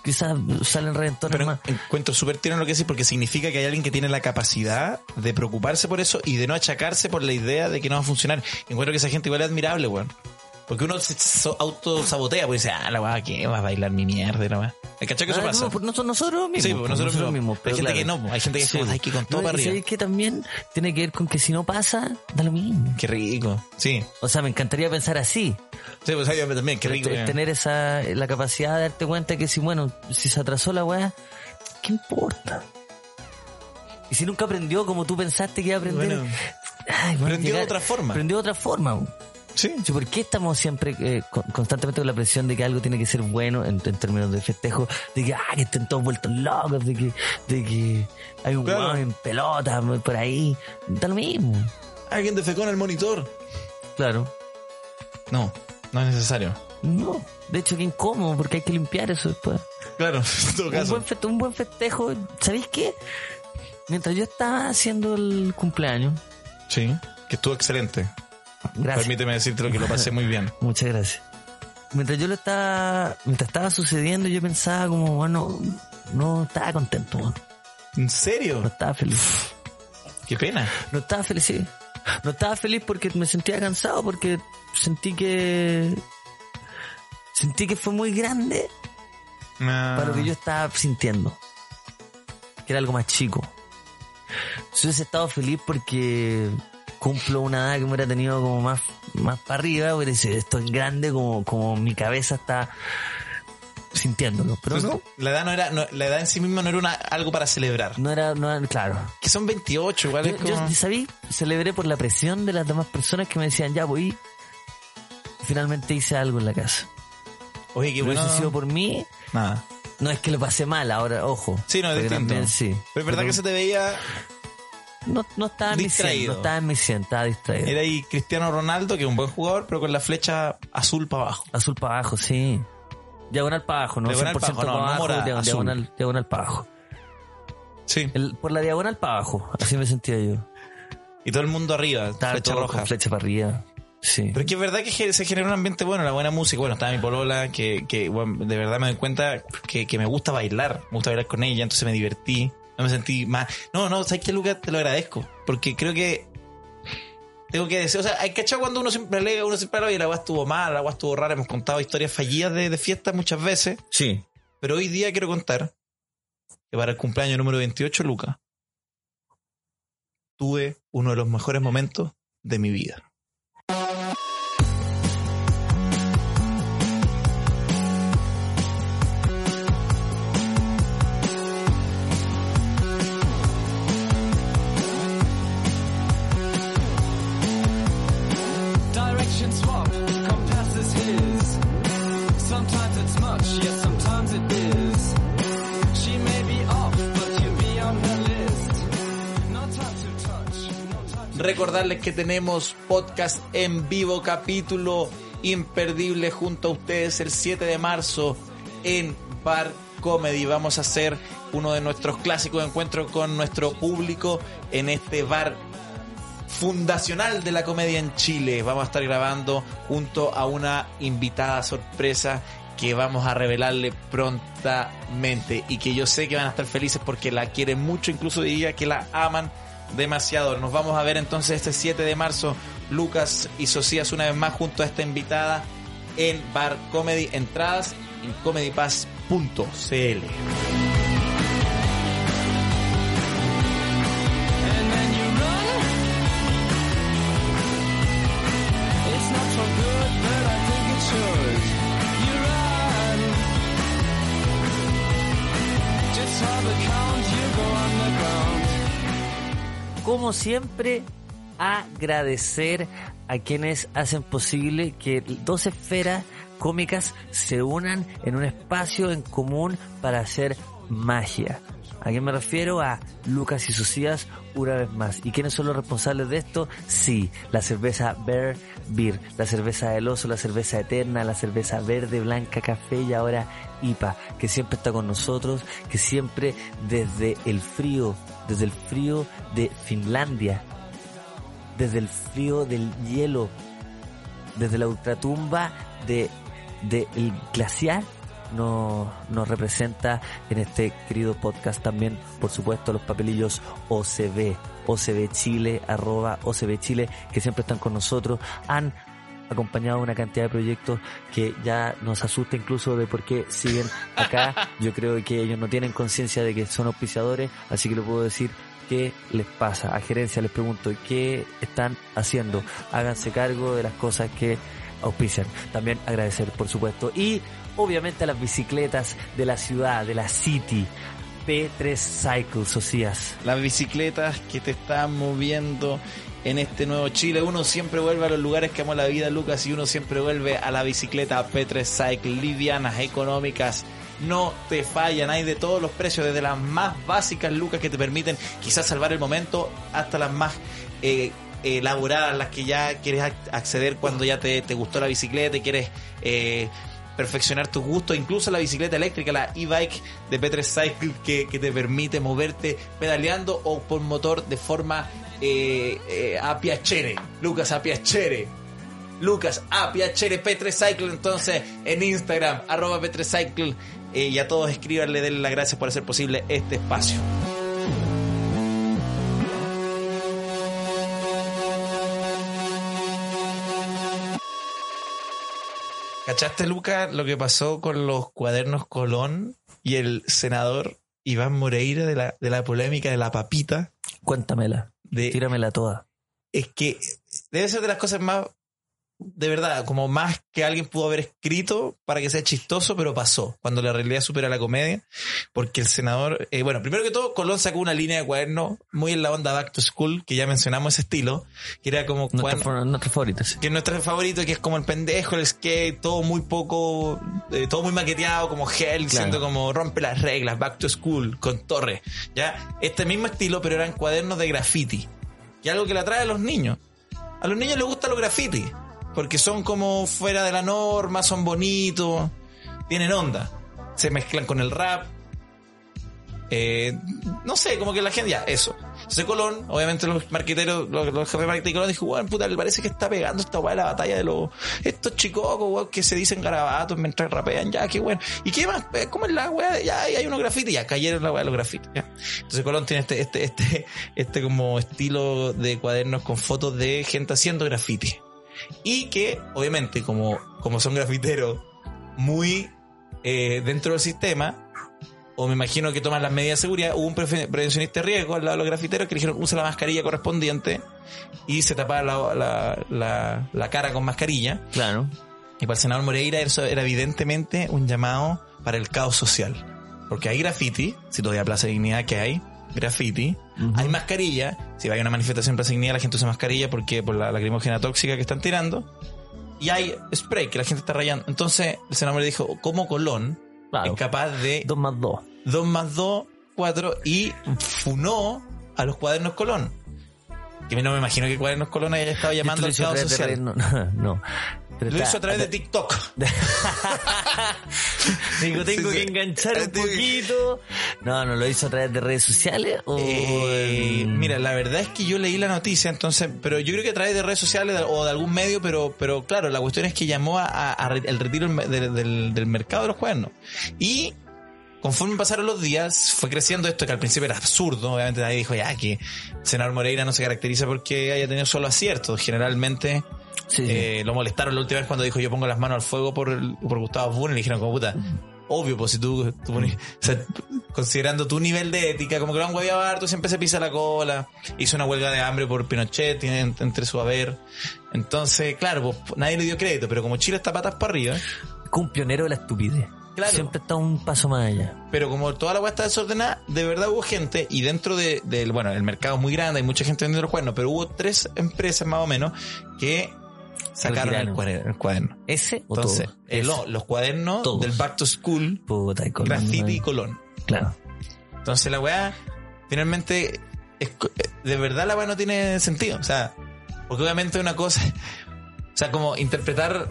quizás salen reventones
Pero
más.
encuentro súper tierno lo que decís porque significa que hay alguien que tiene la capacidad de preocuparse por eso y de no achacarse por la idea de que no va a funcionar. Encuentro que esa gente igual es admirable, weón. Porque uno se so- autosabotea, porque dice, ah, la weá, ¿qué? ¿Vas a bailar mi mierda? La weá. ¿El cachaco que eso
Ah,
pasa?
no, pues nosotros, nosotros mismos.
Sí, pues
pues,
nosotros mismos. Hay
pero
gente que
claro.
no, pues, hay gente que es como,
pues.
"Ay, que con todo
No,
para
y
arriba".
sabéis que también tiene que ver con que si no pasa, da lo mismo.
Qué rico. Sí.
O sea, me encantaría pensar así.
Sí, pues yo también, qué rico.
Te-
weón.
tener esa la capacidad de darte cuenta que si bueno si se atrasó la weá qué importa y si nunca aprendió como tú pensaste que iba a aprender
Bueno.
ay, bueno,
Aprendió de otra forma.
aprendió de otra forma weón.
Sí.
Sí, ¿Por qué estamos siempre eh, con- constantemente con la presión de que algo tiene que ser bueno en, en términos de festejo? De que, ah, que estén todos vueltos locos, de que, de que hay un
Claro.
weón en pelota por ahí. Da lo mismo.
Alguien defecó en el monitor.
Claro.
No, no es necesario.
No. De hecho, qué incómodo, porque hay que limpiar eso después.
Claro, en todo
un
caso.
buen, feste- un buen festejo. ¿Sabéis qué? Mientras yo estaba haciendo el cumpleaños,
Sí, que estuvo excelente.
gracias,
Permíteme decirte lo que lo pasé muy bien.
muchas gracias. Mientras yo lo estaba, mientras estaba sucediendo, yo pensaba como, bueno, no estaba contento, bueno,
¿En
no
serio?
estaba feliz.
Qué pena.
No estaba feliz, sí. No estaba feliz porque me sentía cansado, porque sentí que, sentí que fue muy grande
Ah,
para lo que yo estaba sintiendo. Que era algo más chico. Si hubiese estado feliz porque cumplo una edad que me hubiera tenido como más, más para arriba, hubiera dicho, esto es grande como, como mi cabeza está sintiéndolo. Pero no,
Entonces, La edad no era, no, la edad en sí misma no era una- algo para celebrar.
no era, no era- claro.
Que son 28, igual
Yo,
es como-
yo, sabí, celebré por la presión de las demás personas que me decían, ya voy. Finalmente hice algo en la casa.
Oye, qué
Y
bueno.
hubiese sido por mí,
Nada.
no es que lo pasé mal ahora, ojo.
Sí, no, es
Porque
distinto.
también sí.
Pero es verdad
Pero- eh.
que se te veía,
No, no estaba en mi cien,
Distraído.
no estaba en mi cien, estaba distraído.
era ahí Cristiano Ronaldo, que es un buen jugador, pero con la flecha azul para abajo.
Azul para abajo, sí. Diagonal para abajo, no
Diagonal
100%
para
para
abajo,
abajo,
no, no mora,
dia-
azul.
diagonal, diagonal para abajo.
Sí.
El- por la diagonal para abajo, así me sentía yo.
Y todo el mundo arriba,
Estaba
flecha
todo
roja.
con flecha para arriba. Sí.
Pero es que es verdad que ge- se genera un ambiente bueno, la buena música. Bueno, estaba mi polola, que, que bueno, de verdad me doy cuenta que, que me gusta bailar. Me gusta bailar con ella, entonces me divertí. No me sentí más... No, no, ¿sabes qué, Lucas? Te lo agradezco. Porque creo que... Tengo que decir, o sea, hay cachado cuando uno siempre alega, uno siempre habla y la agua estuvo mal, la agua estuvo rara. Hemos contado historias fallidas de, de fiestas muchas veces.
Sí.
Pero hoy día quiero contar que para el cumpleaños número 28, Lucas, tuve uno de los mejores momentos de mi vida.
Direction swap, compass is his. Sometimes it's much, yet sometimes it is. She may be off, but you'll be on her list. No time to touch, no time to
Recordarles que tenemos podcast en vivo, capítulo imperdible junto a ustedes el 7 de marzo en Bar Comedy. Vamos a hacer uno de nuestros clásicos encuentros con nuestro público en este bar fundacional de la comedia en Chile. Vamos a estar grabando junto a una invitada sorpresa que vamos a revelarle prontamente y que yo sé que van a estar felices porque la quieren mucho, incluso diría que la aman demasiado. Nos vamos a ver entonces este 7 de marzo, Lucas y Socias una vez más junto a esta invitada en Bar Comedy Entradas en comedypass.cl.
And then you run. saw the count, you go underground.
como siempre, agradecer a quienes hacen posible que dos esferas cómicas se unan en un espacio en común para hacer magia. ¿A qué me refiero? A Lucas y Socias una vez más. ¿Y quiénes son los responsables de esto? Sí, la cerveza Bear Beer, la cerveza del oso, la cerveza eterna, la cerveza verde, blanca, café y ahora IPA, que siempre está con nosotros, que siempre desde el frío, desde el frío de Finlandia, desde el frío del hielo, desde la ultratumba de, de el glaciar, no- nos representa en este querido podcast también, por supuesto, los papelillos OCB, OCB Chile, arroba OCB Chile, que siempre están con nosotros, han acompañado una cantidad de proyectos que ya nos asusta incluso de por qué siguen acá. Yo creo que ellos no tienen conciencia de que son auspiciadores, así que lo puedo decir qué les pasa. A gerencia les pregunto qué están haciendo. Háganse cargo de las cosas que auspician. También agradecer, por supuesto. Y obviamente a las bicicletas de la ciudad, de la City. P3 Cycles, Socias.
las bicicletas que te están moviendo en este nuevo Chile. Uno siempre vuelve a los lugares que amó la vida, Lucas, y uno siempre vuelve a la bicicleta P3 Cycle, livianas, económicas. No te fallan, hay de todos los precios, desde las más básicas, Lucas, que te permiten quizás salvar el momento, hasta las más eh, elaboradas, las que ya quieres ac- acceder cuando ya te, te gustó la bicicleta y quieres eh, perfeccionar tus gustos, incluso la bicicleta eléctrica, la e-bike de P3 Cycle, que, que te permite moverte pedaleando o por motor de forma eh, eh, a piacere. Lucas a piacere. Lucas a piacere P3 Cycle, entonces en Instagram, arroba P3 Cycle. eh, y a todos escríbanle, denle las gracias por hacer posible este espacio. ¿Cachaste, Luca, lo que pasó con los cuadernos Colón y el senador Iván Moreira de la, de la polémica de la papita?
Cuéntamela,
De,
tíramela toda.
es que debe ser de las cosas más, de verdad, como más que alguien pudo haber escrito para que sea chistoso, pero pasó, cuando la realidad supera la comedia, porque el senador, eh, bueno, primero que todo, Colón sacó una línea de cuadernos muy en la onda Back to School, que ya mencionamos ese estilo, que era como
Nuestra,
cuaderno-
fa- nuestra favorita, sí.
que es nuestro favorito, que es como el pendejo, el skate, todo muy poco, eh, todo muy maqueteado, como Hell, siendo como rompe las reglas, back to school, con torres, ya. Este mismo estilo, pero eran cuadernos de graffiti, que es algo que le atrae a los niños. A los niños les gusta los graffiti, porque son como fuera de la norma, son bonitos, tienen onda, se mezclan con el rap. Eh, no sé, como que la gente, ya, eso. Entonces Colón, obviamente los marqueteros, los, los jefes de marketing de Colón dijo, weón, puta, le parece que está pegando esta weá de la batalla de los, estos chicocos, weón, que se dicen garabatos mientras rapean, ya, qué bueno. ¿Y qué más? Eh, ¿Cómo es la weá? de- Ya, y hay unos grafitis, ya, cayeron la weá de los grafitis, ya. Entonces Colón tiene este, este, este, este como estilo de cuadernos con fotos de gente haciendo grafitis. Y que, obviamente, como, como son grafiteros muy eh, dentro del sistema, o me imagino que toman las medidas de seguridad, hubo un prefe- prevencionista de riesgo al lado de los grafiteros que le dijeron usa la mascarilla correspondiente y se tapaba la, la- la- la cara con mascarilla.
Claro.
Y para el senador Moreira eso era evidentemente un llamado para el caos social. Porque hay graffiti, si todavía Plaza Dignidad que hay, graffiti, hay mascarilla, si hay una manifestación en Plaza Dignidad la gente usa mascarilla porque por la lacrimógena tóxica que están tirando. Y hay spray que la gente está rayando. Entonces el senador Moreira dijo, ¿cómo Colón
Claro.
es capaz de
Dos más dos.
2 más 2, 4 y funó a los cuadernos Colón. Que no me imagino que cuadernos Colón haya estado llamando al
Esto lo
caos
hizo a
social.
través de redes- No, no. Pero
Lo
está-
hizo a través de TikTok.
Digo, tengo
Sí,
que
sí.
enganchar un
Tengo que-
poquito. No, no, lo hizo a través de redes sociales o.
Eh,
en-
mira, la verdad es que yo leí la noticia, entonces, pero yo creo que a través de redes sociales de- o de algún medio, pero, pero claro, la cuestión es que llamó a- a- a re- al retiro del- del- del, del mercado de los cuernos. Y conforme pasaron los días, fue creciendo esto que al principio era absurdo, obviamente nadie dijo ya que senador Moreira no se caracteriza porque haya tenido solo aciertos, generalmente
Sí, sí.
eh, lo molestaron la última vez cuando dijo yo pongo las manos al fuego por, el- por Gustavo Funes. Le dijeron como puta, obvio, pues si tú, tú pones- o sea, considerando tu nivel de ética, como que lo han hueviado harto, siempre se pisa la cola. Hizo una huelga de hambre por Pinochet, tiene en- entre su haber. Entonces, claro, pues nadie le dio crédito, pero como Chile está patas para arriba,
Fue un pionero de la estupidez.
Claro.
Siempre está un paso más allá.
Pero como toda la weá está desordenada, de verdad hubo gente, y dentro de, del, bueno, el mercado es muy grande, hay mucha gente vendiendo los cuadernos, pero hubo tres empresas más o menos que sacaron el
Retiraron.
cuaderno. El cuaderno.
¿Ese o
Entonces,
todo?
eh, no, los cuadernos
Todos.
del Back to School,
Puta, y Colón,
Graffiti y
¿no?
Colón.
Claro.
Entonces la weá, finalmente, es co- eh, de verdad la weá no tiene sentido. O sea, porque obviamente una cosa, o sea, como interpretar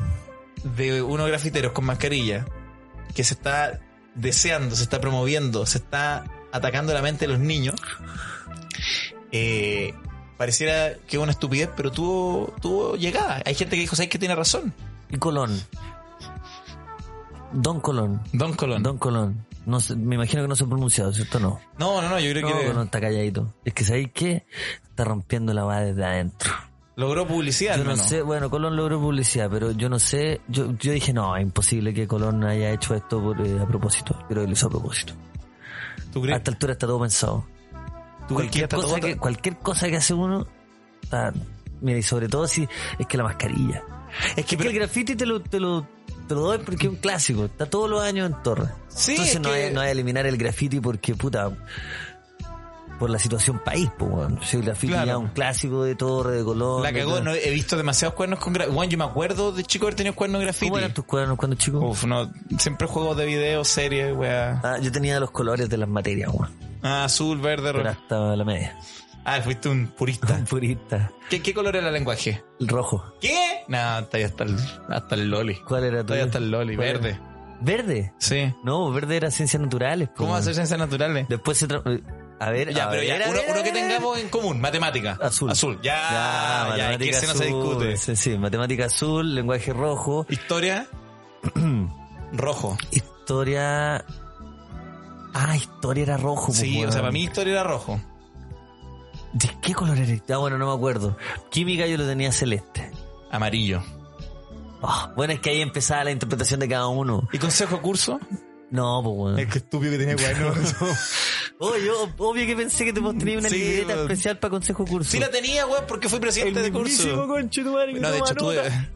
de unos grafiteros con mascarilla que se está deseando, se está promoviendo, se está atacando la mente de los niños, eh, pareciera que es una estupidez, pero tuvo, tuvo llegada. Hay gente que dijo, ¿sabes que tiene razón?
Y Colón. Don Colón.
Don Colón.
Don Colón. No sé, me imagino que no se ha pronunciado, ¿cierto? No.
No, no, no, yo creo
No,
que
Colón está calladito. Es que ¿sabéis qué? Está rompiendo la va desde adentro.
logró publicidad.
Yo no
hermano.
sé, bueno, Colón logró publicidad, pero yo no sé, yo, yo dije, no, es imposible que Colón haya hecho esto por, eh, a propósito, pero lo hizo a propósito.
¿Tú
A
crees?
esta altura está todo pensado.
¿Tú crees que
Cualquier
hasta
cosa
todo-
que, cualquier cosa que hace uno, está, mira, y sobre todo si es que la mascarilla. Es que, el graffiti te lo, te lo, te lo doy porque es un clásico, está todos los años en torre.
Sí,
Entonces
es
no,
que-
hay, no hay eliminar el graffiti porque, puta, por la situación país, pues, weón. Si el graffiti
Claro.
ya es un clásico de torre, de color.
La cagó, no, he visto demasiados cuernos con graffiti. Bueno, yo me acuerdo de chico haber tenido cuernos de graffiti. Oh.
¿Cómo eran tus cuadernos cuando chico?
Uf, no, siempre juegos de video, series, weá.
Ah, yo tenía los colores de las materias, weón.
Ah, azul, verde,
Pero
rojo.
hasta la media.
Ah, fuiste un purista.
Purista.
¿Qué, qué color era el lenguaje?
El rojo.
¿Qué? No, hasta ahí hasta el, hasta el loli.
¿Cuál era tu?
Hasta ahí hasta el loli,
¿Cuál era?
verde.
¿Verde?
Sí.
No, verde era ciencias naturales. po,
¿Cómo
weón.
hacer ciencias naturales?
Después se... tra- A ver,
Ya,
a
pero
ver,
ya,
a
uno,
ver.
uno que tengamos en común, matemática.
Azul.
Azul, ya, ya, es que
matemática
ese no se
azul,
discute.
Sí, sí, matemática azul, lenguaje rojo,
Historia, rojo.
historia... Ah, historia era rojo. po,
Sí, o
weón.
sea, para mí historia era rojo.
¿De qué color era? Ah, bueno, no me acuerdo. Química yo lo tenía celeste.
Amarillo.
Ah, bueno, es que ahí empezaba la interpretación de cada uno.
¿Y consejo de curso?
No, pues bueno.
que estúpido que tenía bueno.
Oh, yo obvio que pensé que te vos tenías una
Sí,
libreta
weón.
especial para consejo curso.
sí la tenía, weón, porque fui presidente de curso.
conche tu madre que
No, de
toma
hecho tuve,
nota.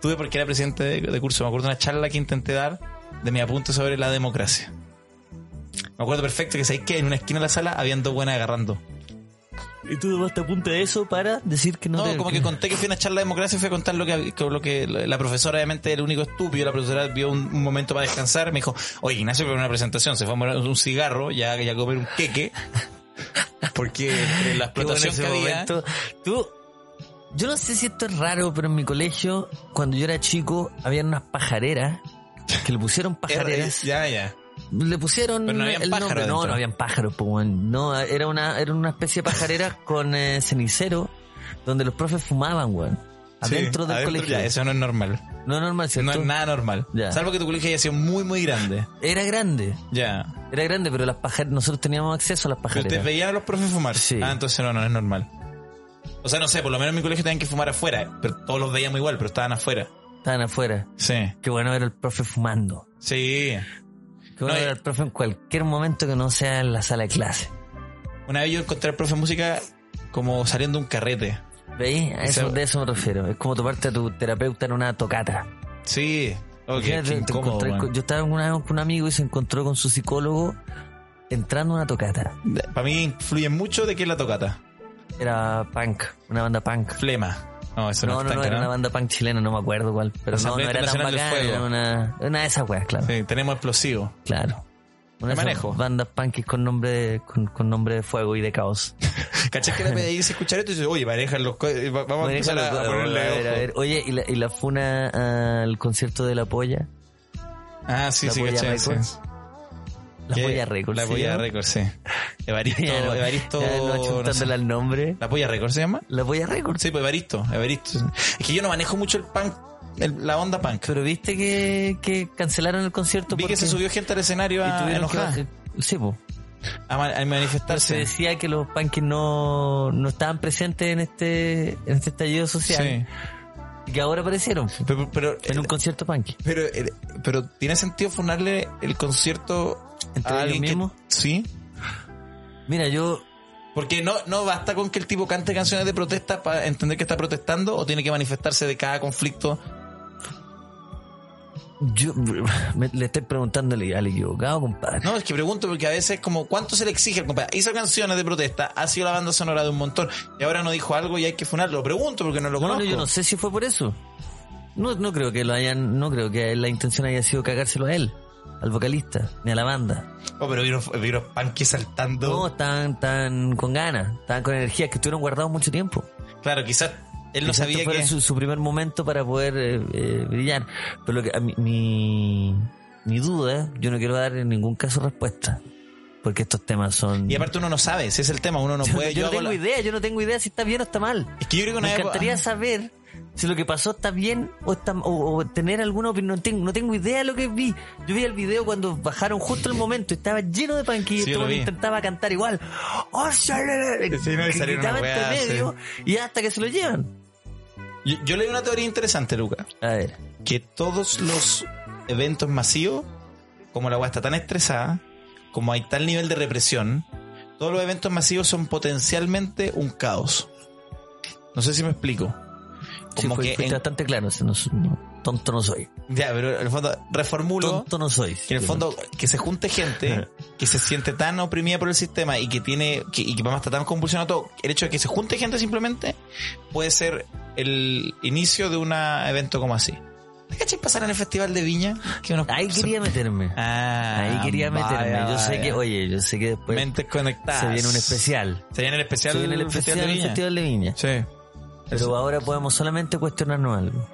tuve porque era presidente de, de curso. Me acuerdo de una charla que intenté dar de mi apunte sobre la democracia. Me acuerdo perfecto que sabéis que en una esquina de la sala habían dos buenas agarrando.
Y tú tomaste apunte de eso para decir que no,
No,
te...
como que conté que fui a una charla de democracia y fui a contar lo que, que- lo que la profesora, obviamente, era el único estúpido. La profesora vio un, un momento para descansar. Me dijo, oye, Ignacio, pero una presentación. Se fue a morar un cigarro, ya, ya a comer un queque. Porque entre la
Qué bueno
explotación
ese
que había.
momento. Tú, yo no sé si esto es raro, pero en mi colegio, cuando yo era chico, habían unas pajareras que le pusieron pajareras.
Ya, ya.
Le pusieron
Pero no habían
el nombre.
pájaros
No,
dentro.
no habían pájaros, po, weón. No, era una, era una especie de pajarera con eh, cenicero donde los profes fumaban, weón. Adentro
Sí,
del
adentro,
colegio.
ya, eso no es normal.
No es normal, ¿cierto?
No es nada normal.
Ya.
Salvo que tu colegio haya sido muy, muy grande.
Era grande,
Ya.
era grande, pero las pajareras, nosotros teníamos acceso a las
Pero ustedes
pajareras.
veían a los profes fumar.
Sí.
Ah, entonces no, no es normal. O sea, no sé, por lo menos en mi colegio tenían que fumar afuera. Pero todos los veíamos igual, pero estaban afuera.
Estaban afuera.
Sí.
Qué bueno era el profe fumando.
Sí.
Qué bueno
No, y-
ver al profe en cualquier momento que no sea en la sala de clase.
Una vez yo encontré al profe de música como saliendo de un carrete.
¿Veis? A eso,
Ese-
de eso me refiero. Es como tomarte a tu terapeuta en una tocata.
Sí. Ok,
Imagínate,
qué
te
incómodo,
encontré-
weón.
yo estaba una vez con un amigo y se encontró con su psicólogo entrando a una tocata.
Para mí influye mucho de que es la tocata.
Era punk, una banda punk.
Flema. No, eso
No,
no,
no, no,
está
era una banda punk chilena, no me acuerdo cuál. Pero no, no
Asamblea
era tan
Internacional del
bacán,
Fuego.
era una, una de esas weas, claro.
Sí, tenemos explosivo.
Claro. Una de esas
manejo.
bandas punkies con nombre, de- con, con nombre de fuego y de caos.
¿Cachai que la PDI dice escuchar esto y dice, oye, pareja, los co- eh, va- vamos a
Bueno,
empezar a,
déjalo,
a ponerle
a ver, a
ojo.
ver. Oye, ¿y la, y la funa al concierto de La Polla?
Ah, sí,
La
sí,
Polla
cachai. sí.
Records. La
¿Qué?
Polla Records.
La
¿se
Polla
llama?
Records, sí. Evaristo,
Ya no-
Evaristo.
ya no
no sé.
achuntándole al nombre.
¿La Polla Records se llama?
La Polla Records.
Sí, pues Evaristo, Evaristo. Es que yo no manejo mucho el punk, el- la onda punk.
Pero viste que, que cancelaron el concierto
Vi
porque
que se subió gente al escenario
y
a,
tuvieron que
enojada,
bajar- Sí, po.
a, ma- a
Se
manifestarse.
decía que los punkies no, no estaban presentes en este en este estallido social. Y Que ahora aparecieron po,
Pero, pero, eh,
en un concierto punky.
pero, eh, pero ¿tiene sentido funarle el concierto
¿Entre
a
ellos
alguien que-
mismos?
Sí.
Mira, yo
Porque no, no basta con que el tipo cante canciones de protesta para entender que está protestando o tiene que manifestarse de cada conflicto.
Yo me- le estoy preguntando al, al equivocado, compadre.
No, es que pregunto porque a veces como cuánto se le exige al compadre. Hizo canciones de protesta, ha sido la banda sonora de un montón y ahora no dijo algo y hay que funarlo. Pregunto porque no lo
No,
conozco.
no, yo no sé si fue por eso. No, no creo que lo hayan, no creo que la intención haya sido cagárselo a él, al vocalista, ni a la banda.
Oh, pero vieron, vieron Panky saltando.
No, estaban tan con ganas, estaban con energía, que estuvieron guardados mucho tiempo.
Claro, quizás él no
Quizás
sabía
este
que...
fuera su, su primer momento para poder eh, eh, brillar. Pero lo que, a mí- mi, mi duda, yo no quiero dar en ningún caso respuesta, porque estos temas son...
Y aparte uno no sabe, ese es el tema, uno no
yo,
puede...
yo no
hago
tengo
la-
idea, yo no tengo idea si está bien o está mal.
Es que yo creo que una
Me
vez-
encantaría saber si lo que pasó está bien o, está, o, o tener alguna opinión. No tengo, no tengo idea de lo que vi. Yo vi el video cuando bajaron justo el momento. Estaba lleno de panquillos.
Sí, yo
todo
lo
el mundo
vi.
intentaba cantar igual. ¡Oh, chale!
Sí, no, y salió una
Gritaba entre
weá,
medio y hasta que se lo llevan.
Yo, yo leí una teoría interesante, Luca.
A ver.
que todos los eventos masivos, como la agua está tan estresada, como hay tal nivel de represión, todos los eventos masivos son potencialmente un caos. No sé si me explico.
Sí, pues,
Como
fue-
que.
fuiste
en-
bastante claro. si no- no, tonto no soy.
ya, pero en el fondo, reformulo.
Tonto no soy.
Que en el fondo, que se junte gente que se siente tan oprimida por el sistema y que tiene, que, y que vamos está tan convulsionado todo, el hecho de que se junte gente simplemente puede ser el inicio de un evento como así. ¿Te cachai pasar en el Festival de Viña? Que unos-
Ahí
se-
quería meterme.
Ah,
Ahí quería meterme.
vaya,
yo sé
vaya.
que, oye, yo sé que después
Mentes conectadas.
se viene un especial.
Se viene el especial,
Se viene el
Festival
especial del
de Viña.
Festival de Viña.
Sí.
Pero ahora podemos solamente cuestionarnos algo.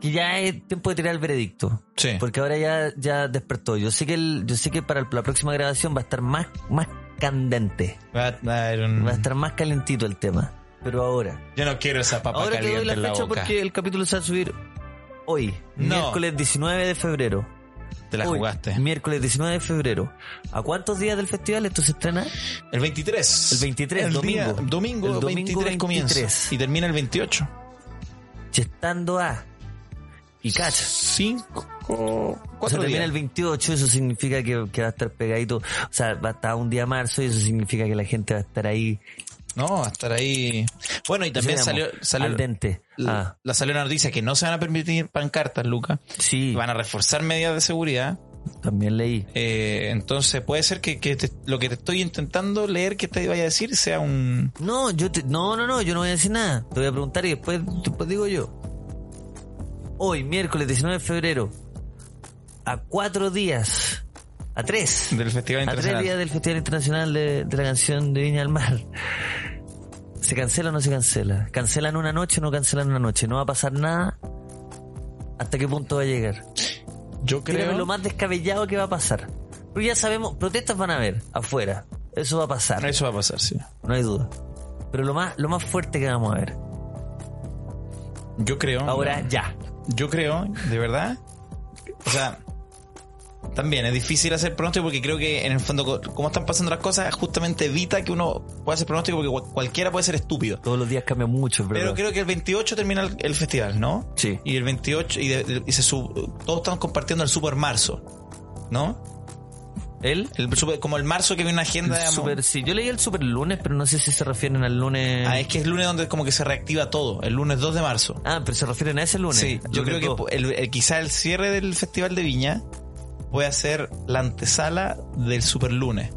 Que ya es tiempo de tirar el veredicto.
Sí.
Porque ahora ya, ya despertó. Yo sé que el, yo sé que para el- la próxima grabación va a estar más, más candente.
Va a dar un-
Va a estar más calentito el tema. Pero ahora.
Yo no quiero esa papa
ahora te
caliente
doy la
en la
fecha
boca.
porque el capítulo se va a subir hoy.
No.
Miércoles 19 de febrero.
Te la
Hoy,
jugaste.
Miércoles 19 de febrero. ¿A cuántos días del festival esto se estrena?
El 23.
El 23,
El día-
domingo.
domingo,
El domingo
23 comienza.
23.
Y termina el 28.
Chestando a. Y cacha.
5,
O sea,
4
termina
días.
el 28, eso significa que, que va a estar pegadito, o sea, va a estar un día marzo y eso significa que la gente va a estar ahí.
No, va a estar ahí. Bueno, y también
digamos,
salió, salió,
al dente.
la,
Ah,
la salió una noticia que no se van a permitir pancartas, Luca.
sí,
Van a reforzar medidas de seguridad.
también leí.
Eh, entonces puede ser que, que te- lo que te estoy intentando leer que te vaya a decir sea un...
No, yo te- no, no, no, yo no voy a decir nada. Te voy a preguntar y después, después digo yo. Hoy, miércoles 19 de febrero, a cuatro días, a tres,
del Festival
a tres días
Internacional.
del Festival Internacional de, de la Canción de Viña del Mar. ¿Se cancela o no se cancela? ¿Cancelan una noche o no cancelan una noche? ¿No va a pasar nada? ¿Hasta qué punto va a llegar?
Yo
Creo
creo...
lo más descabellado que va a pasar. Porque ya sabemos, protestas van a haber afuera. Eso va a pasar,
Eso va a pasar, sí.
no hay duda. Pero lo más, lo más fuerte que vamos a ver.
Yo creo...
Ahora ya.
Yo creo, de verdad. O sea, también es difícil hacer pronóstico porque creo que en el fondo, co- como están pasando las cosas, justamente evita que uno pueda hacer pronóstico porque cual- cualquiera puede ser estúpido.
Todos los días cambia mucho, es
Pero
¿verdad?
creo que el 28 termina el, el festival, ¿no?
Sí.
Y el 28, y, de- de- y se sub- todos estamos compartiendo el super marzo, ¿no?
¿Él?
El super- como el marzo que viene una agenda,
El
digamos.
super, sí, yo leí el super lunes, pero no sé si se refieren al lunes.
Ah, es que es el lunes donde como que se reactiva todo, el lunes 2 de marzo.
Ah, pero se refieren a ese lunes.
Sí, yo
Lunes
creo que
dos.
po- el, el- quizá el cierre del Festival de Viña puede ser la antesala del Super Lunes.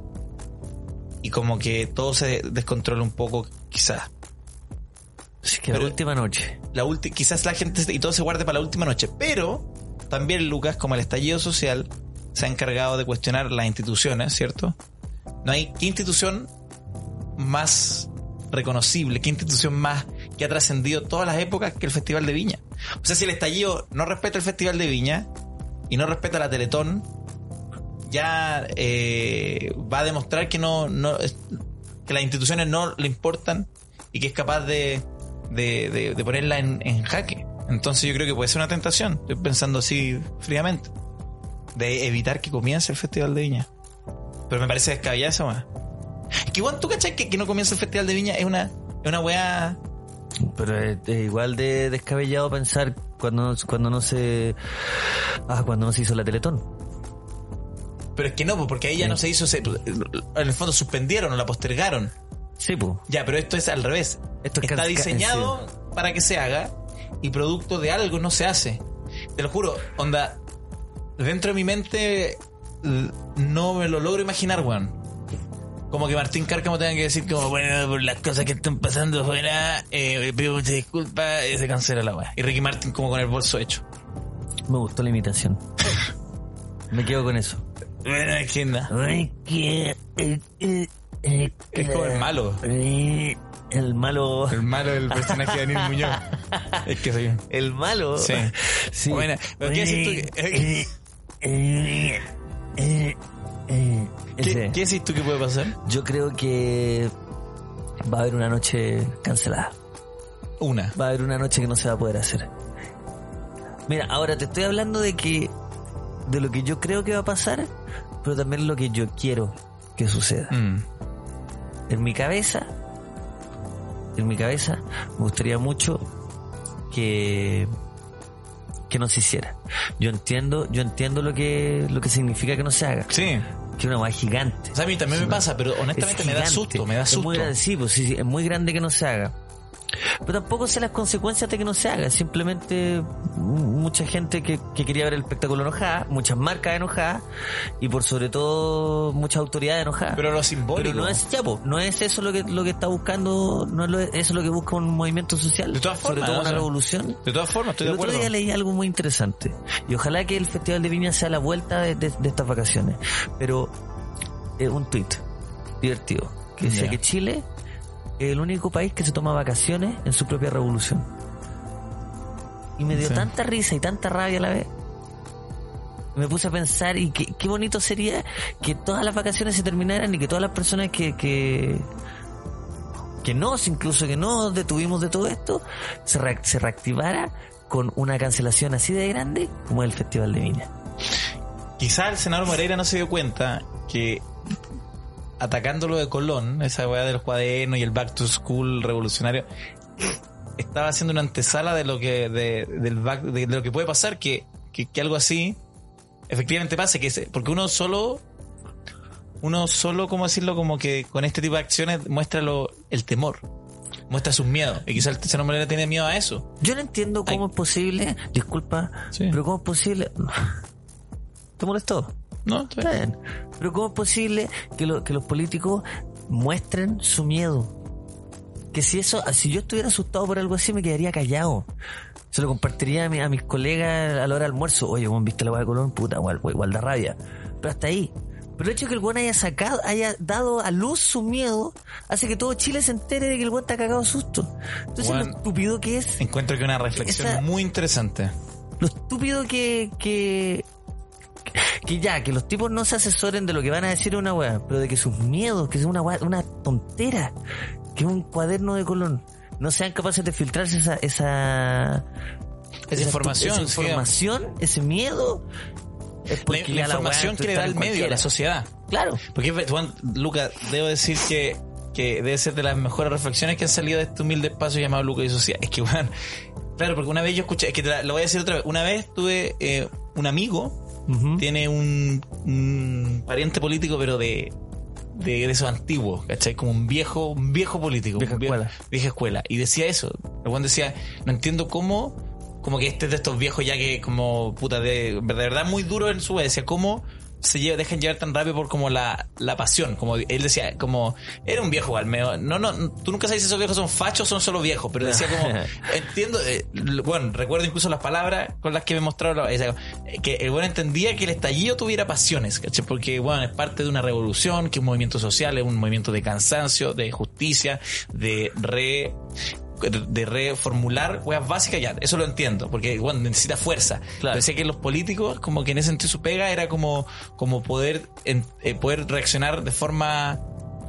Y como que todo se descontrola un poco, quizás.
Sí, que
Pero-
la última noche.
La ulti- quizás la gente se- y todo se guarde para la última noche. Pero también Lucas, como el estallido social, se ha encargado de cuestionar las instituciones, ¿cierto? No hay qué institución más reconocible, qué institución más que ha trascendido todas las épocas que el Festival de Viña. O sea, si el estallido no respeta el Festival de Viña y no respeta la Teletón, ya eh, va a demostrar que no, no es- que las instituciones no le importan y que es capaz de, de, de- de ponerla en, en jaque. Entonces yo creo que puede ser una tentación, estoy pensando así fríamente, de evitar que comience el Festival de Viña. Pero me parece descabellada esa weá. Es que igual tú cachai que, que no comience el Festival de Viña es una, es una weá...
Pero es, es igual de descabellado pensar cuando, cuando no se. Ah, cuando no se hizo la Teletón.
Pero es que no, pues, porque ahí ya no se hizo... se- en el fondo suspendieron o la postergaron.
Sí, pues.
Ya, pero esto es al revés.
Esto es
Está
casca-
diseñado para que se haga y producto de algo no se hace. Te lo juro, onda. Dentro de mi mente eh, no me lo logro imaginar, weón. Como que Martín Cárcamo tenga que decir como, bueno, por las cosas que están pasando fuera, eh, pido muchas disculpas, eh, se cancela la weá. Y Ricky Martin como con el bolso hecho.
Me gustó la imitación. Me quedo con eso.
Bueno, es que nada.
Es
Es como el malo.
eh, El malo.
El malo del personaje de Daniel Muñoz. Es que soy un...
El malo.
Sí.
Sí.
Buena. ¿Pero qué decís tú que- eh, ¿Qué,
eh, Ese.
¿Qué decís tú que puede pasar?
Yo creo que va a haber una noche cancelada.
Una.
va a haber una noche que no se va a poder hacer. Mira, ahora te estoy hablando de que de lo que yo creo que va a pasar, pero también lo que yo quiero que suceda.
Mm.
En mi cabeza, en mi cabeza, me gustaría mucho que que no se hiciera. Yo entiendo, yo entiendo lo que lo que significa que no se haga,
Sí.
que es una weá gigante.
O sea, a mí también me pasa, pero honestamente
Es
me da
gigante.
susto, me da
Es
susto.
muy grande, sí, pues, sí, sí, es muy grande que no se haga. Pero tampoco sé las consecuencias de que no se haga. Simplemente mm, mucha gente que, que quería ver el espectáculo enojada, muchas marcas enojadas y por sobre todo muchas autoridades enojadas.
Pero lo simbólico.
Pero no es ya, po, no es eso lo que lo que está buscando, no es lo- eso es lo que busca un movimiento social,
De todas
sobre
formas,
todo
o
una
sea,
revolución.
De todas formas, estoy
el
de
otro
acuerdo.
día leí algo muy interesante. Y ojalá que el Festival de Viña sea la vuelta de, de- de estas vacaciones. Pero eh, un tweet divertido. Que decía
Ya.
que Chile es el único país que se toma vacaciones en su propia revolución. Y me dio
Sí.
tanta risa y tanta rabia a la vez. Me puse a pensar y qué, qué bonito sería que todas las vacaciones se terminaran y que todas las personas que, que, que nos, incluso que nos detuvimos de todo esto, se, reac- se reactivara con una cancelación así de grande como el Festival de Viña.
Quizá el senador Moreira no se dio cuenta que atacándolo de Colón, esa weá del cuaderno y el back to school revolucionario, estaba haciendo una antesala de lo que, de, del back- de lo que puede pasar, que, que, que algo así efectivamente pase, que se- porque uno solo, uno solo, ¿cómo decirlo? Como que con este tipo de acciones muestra lo- el temor, muestra sus miedos, y quizá el senador Moreira tiene miedo a eso.
Yo no entiendo cómo
Ay.
es posible, disculpa,
Sí.
pero cómo es posible... ¿Te molestó?
¿No?
Está bien. Pero ¿cómo es posible que, lo- que los políticos muestren su miedo? Que si eso, si yo estuviera asustado por algo así, me quedaría callado. Se lo compartiría a, mi- a mis colegas a la hora del almuerzo. Oye, weón, ¿viste la hueá de Colón? Puta, igual, igual da rabia. Pero hasta ahí. Pero el hecho de que el weón haya sacado, haya dado a luz su miedo, hace que todo Chile se entere de que el weón está cagado de susto. Entonces
Weón.
lo estúpido que es,
Encuentro que una reflexión
Esa-
muy interesante.
lo estúpido que, que que ya, que los tipos no se asesoren de lo que van a decir es una weá, pero de que sus miedos, que es una weá, una tontera, que es un cuaderno de Colón, no sean capaces de filtrarse esa esa
Esa información,
esa
sí.
información, ese miedo es
la,
porque
la
ya weá
información que le da
está
el
en
medio a la
cualquiera.
sociedad.
Claro.
Porque, Juan, Luca, debo decir que, que debe ser de las mejores reflexiones que han salido de este humilde espacio llamado Luca y Sociedad. Es que, Juan, claro, porque una vez yo escuché, es que te la- lo voy a decir otra vez, una vez tuve eh, un amigo,
Ujú.
tiene un, un pariente político, pero de, de, de esos antiguos, ¿cachai? Como un viejo, un viejo político.
Vieja
un viejo-
escuela.
Vieja escuela. Y decía eso. El Juan decía, no entiendo cómo... Como que este es de estos viejos ya que como puta de, de verdad muy duro en su vez. Decía, ¿cómo se lle- dejan llevar tan rápido por como la, la pasión? Como él decía, como era un viejo igual. medio- no, no, tú nunca sabes si esos viejos son fachos o son solo viejos. Pero decía como, entiendo, eh, l- bueno, recuerdo incluso las palabras con las que me mostraron, la- decía, eh, que el bueno entendía que el estallido tuviera pasiones, ¿cachai? Porque bueno, es parte de una revolución, que es un movimiento social, es un movimiento de cansancio, de justicia, de re de reformular weas básicas, ya, eso lo entiendo, porque bueno, necesita fuerza.
Claro.
Pero sé que los políticos, como que en ese sentido su pega era como, como poder, en- eh, poder reaccionar de forma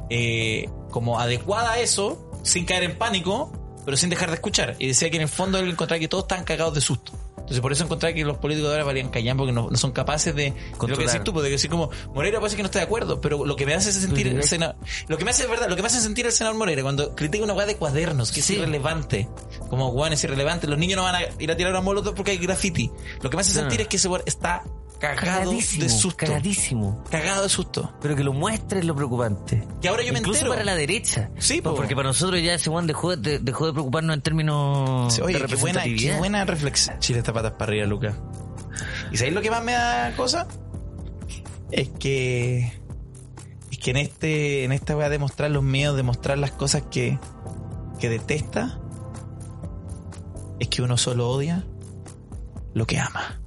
eh, como adecuada a eso, sin caer en pánico, pero sin dejar de escuchar. Y decía que en el fondo él encontraba que todos están cagados de susto. Entonces por eso encontraba que los políticos de ahora valían callar porque no, no son capaces de, de lo que
Controlar.
decís tú, pues, de decir como, Moreira puede ser que no esté de acuerdo, pero lo que me hace sentir el
Direct-
senador, lo que me hace es verdad, lo que me hace sentir el senador Moreira cuando critica una weá de cuadernos, que es
Sí.
irrelevante, como weón es irrelevante, los niños no van a ir a tirar a molotov porque hay graffiti. Lo que me hace
Claro.
sentir es que ese weón está cagado
Ah. Cagadísimo,
de susto.
cagadísimo.
Cagado de susto.
Pero que lo muestre es lo preocupante.
Que ahora yo me
Incluso
entero.
para la derecha.
Sí,
Po-
po.
porque para nosotros ya ese Juan dejó de, dejó de preocuparnos en términos
Oye,
de
qué buena,
representatividad.
qué buena reflexión. Chile está patas para arriba, Luca. ¿Y sabéis lo que más me da cosa? Es que. Es que en este. En esta voy a demostrar los miedos, demostrar las cosas que. que detesta. Es que uno solo odia lo que ama.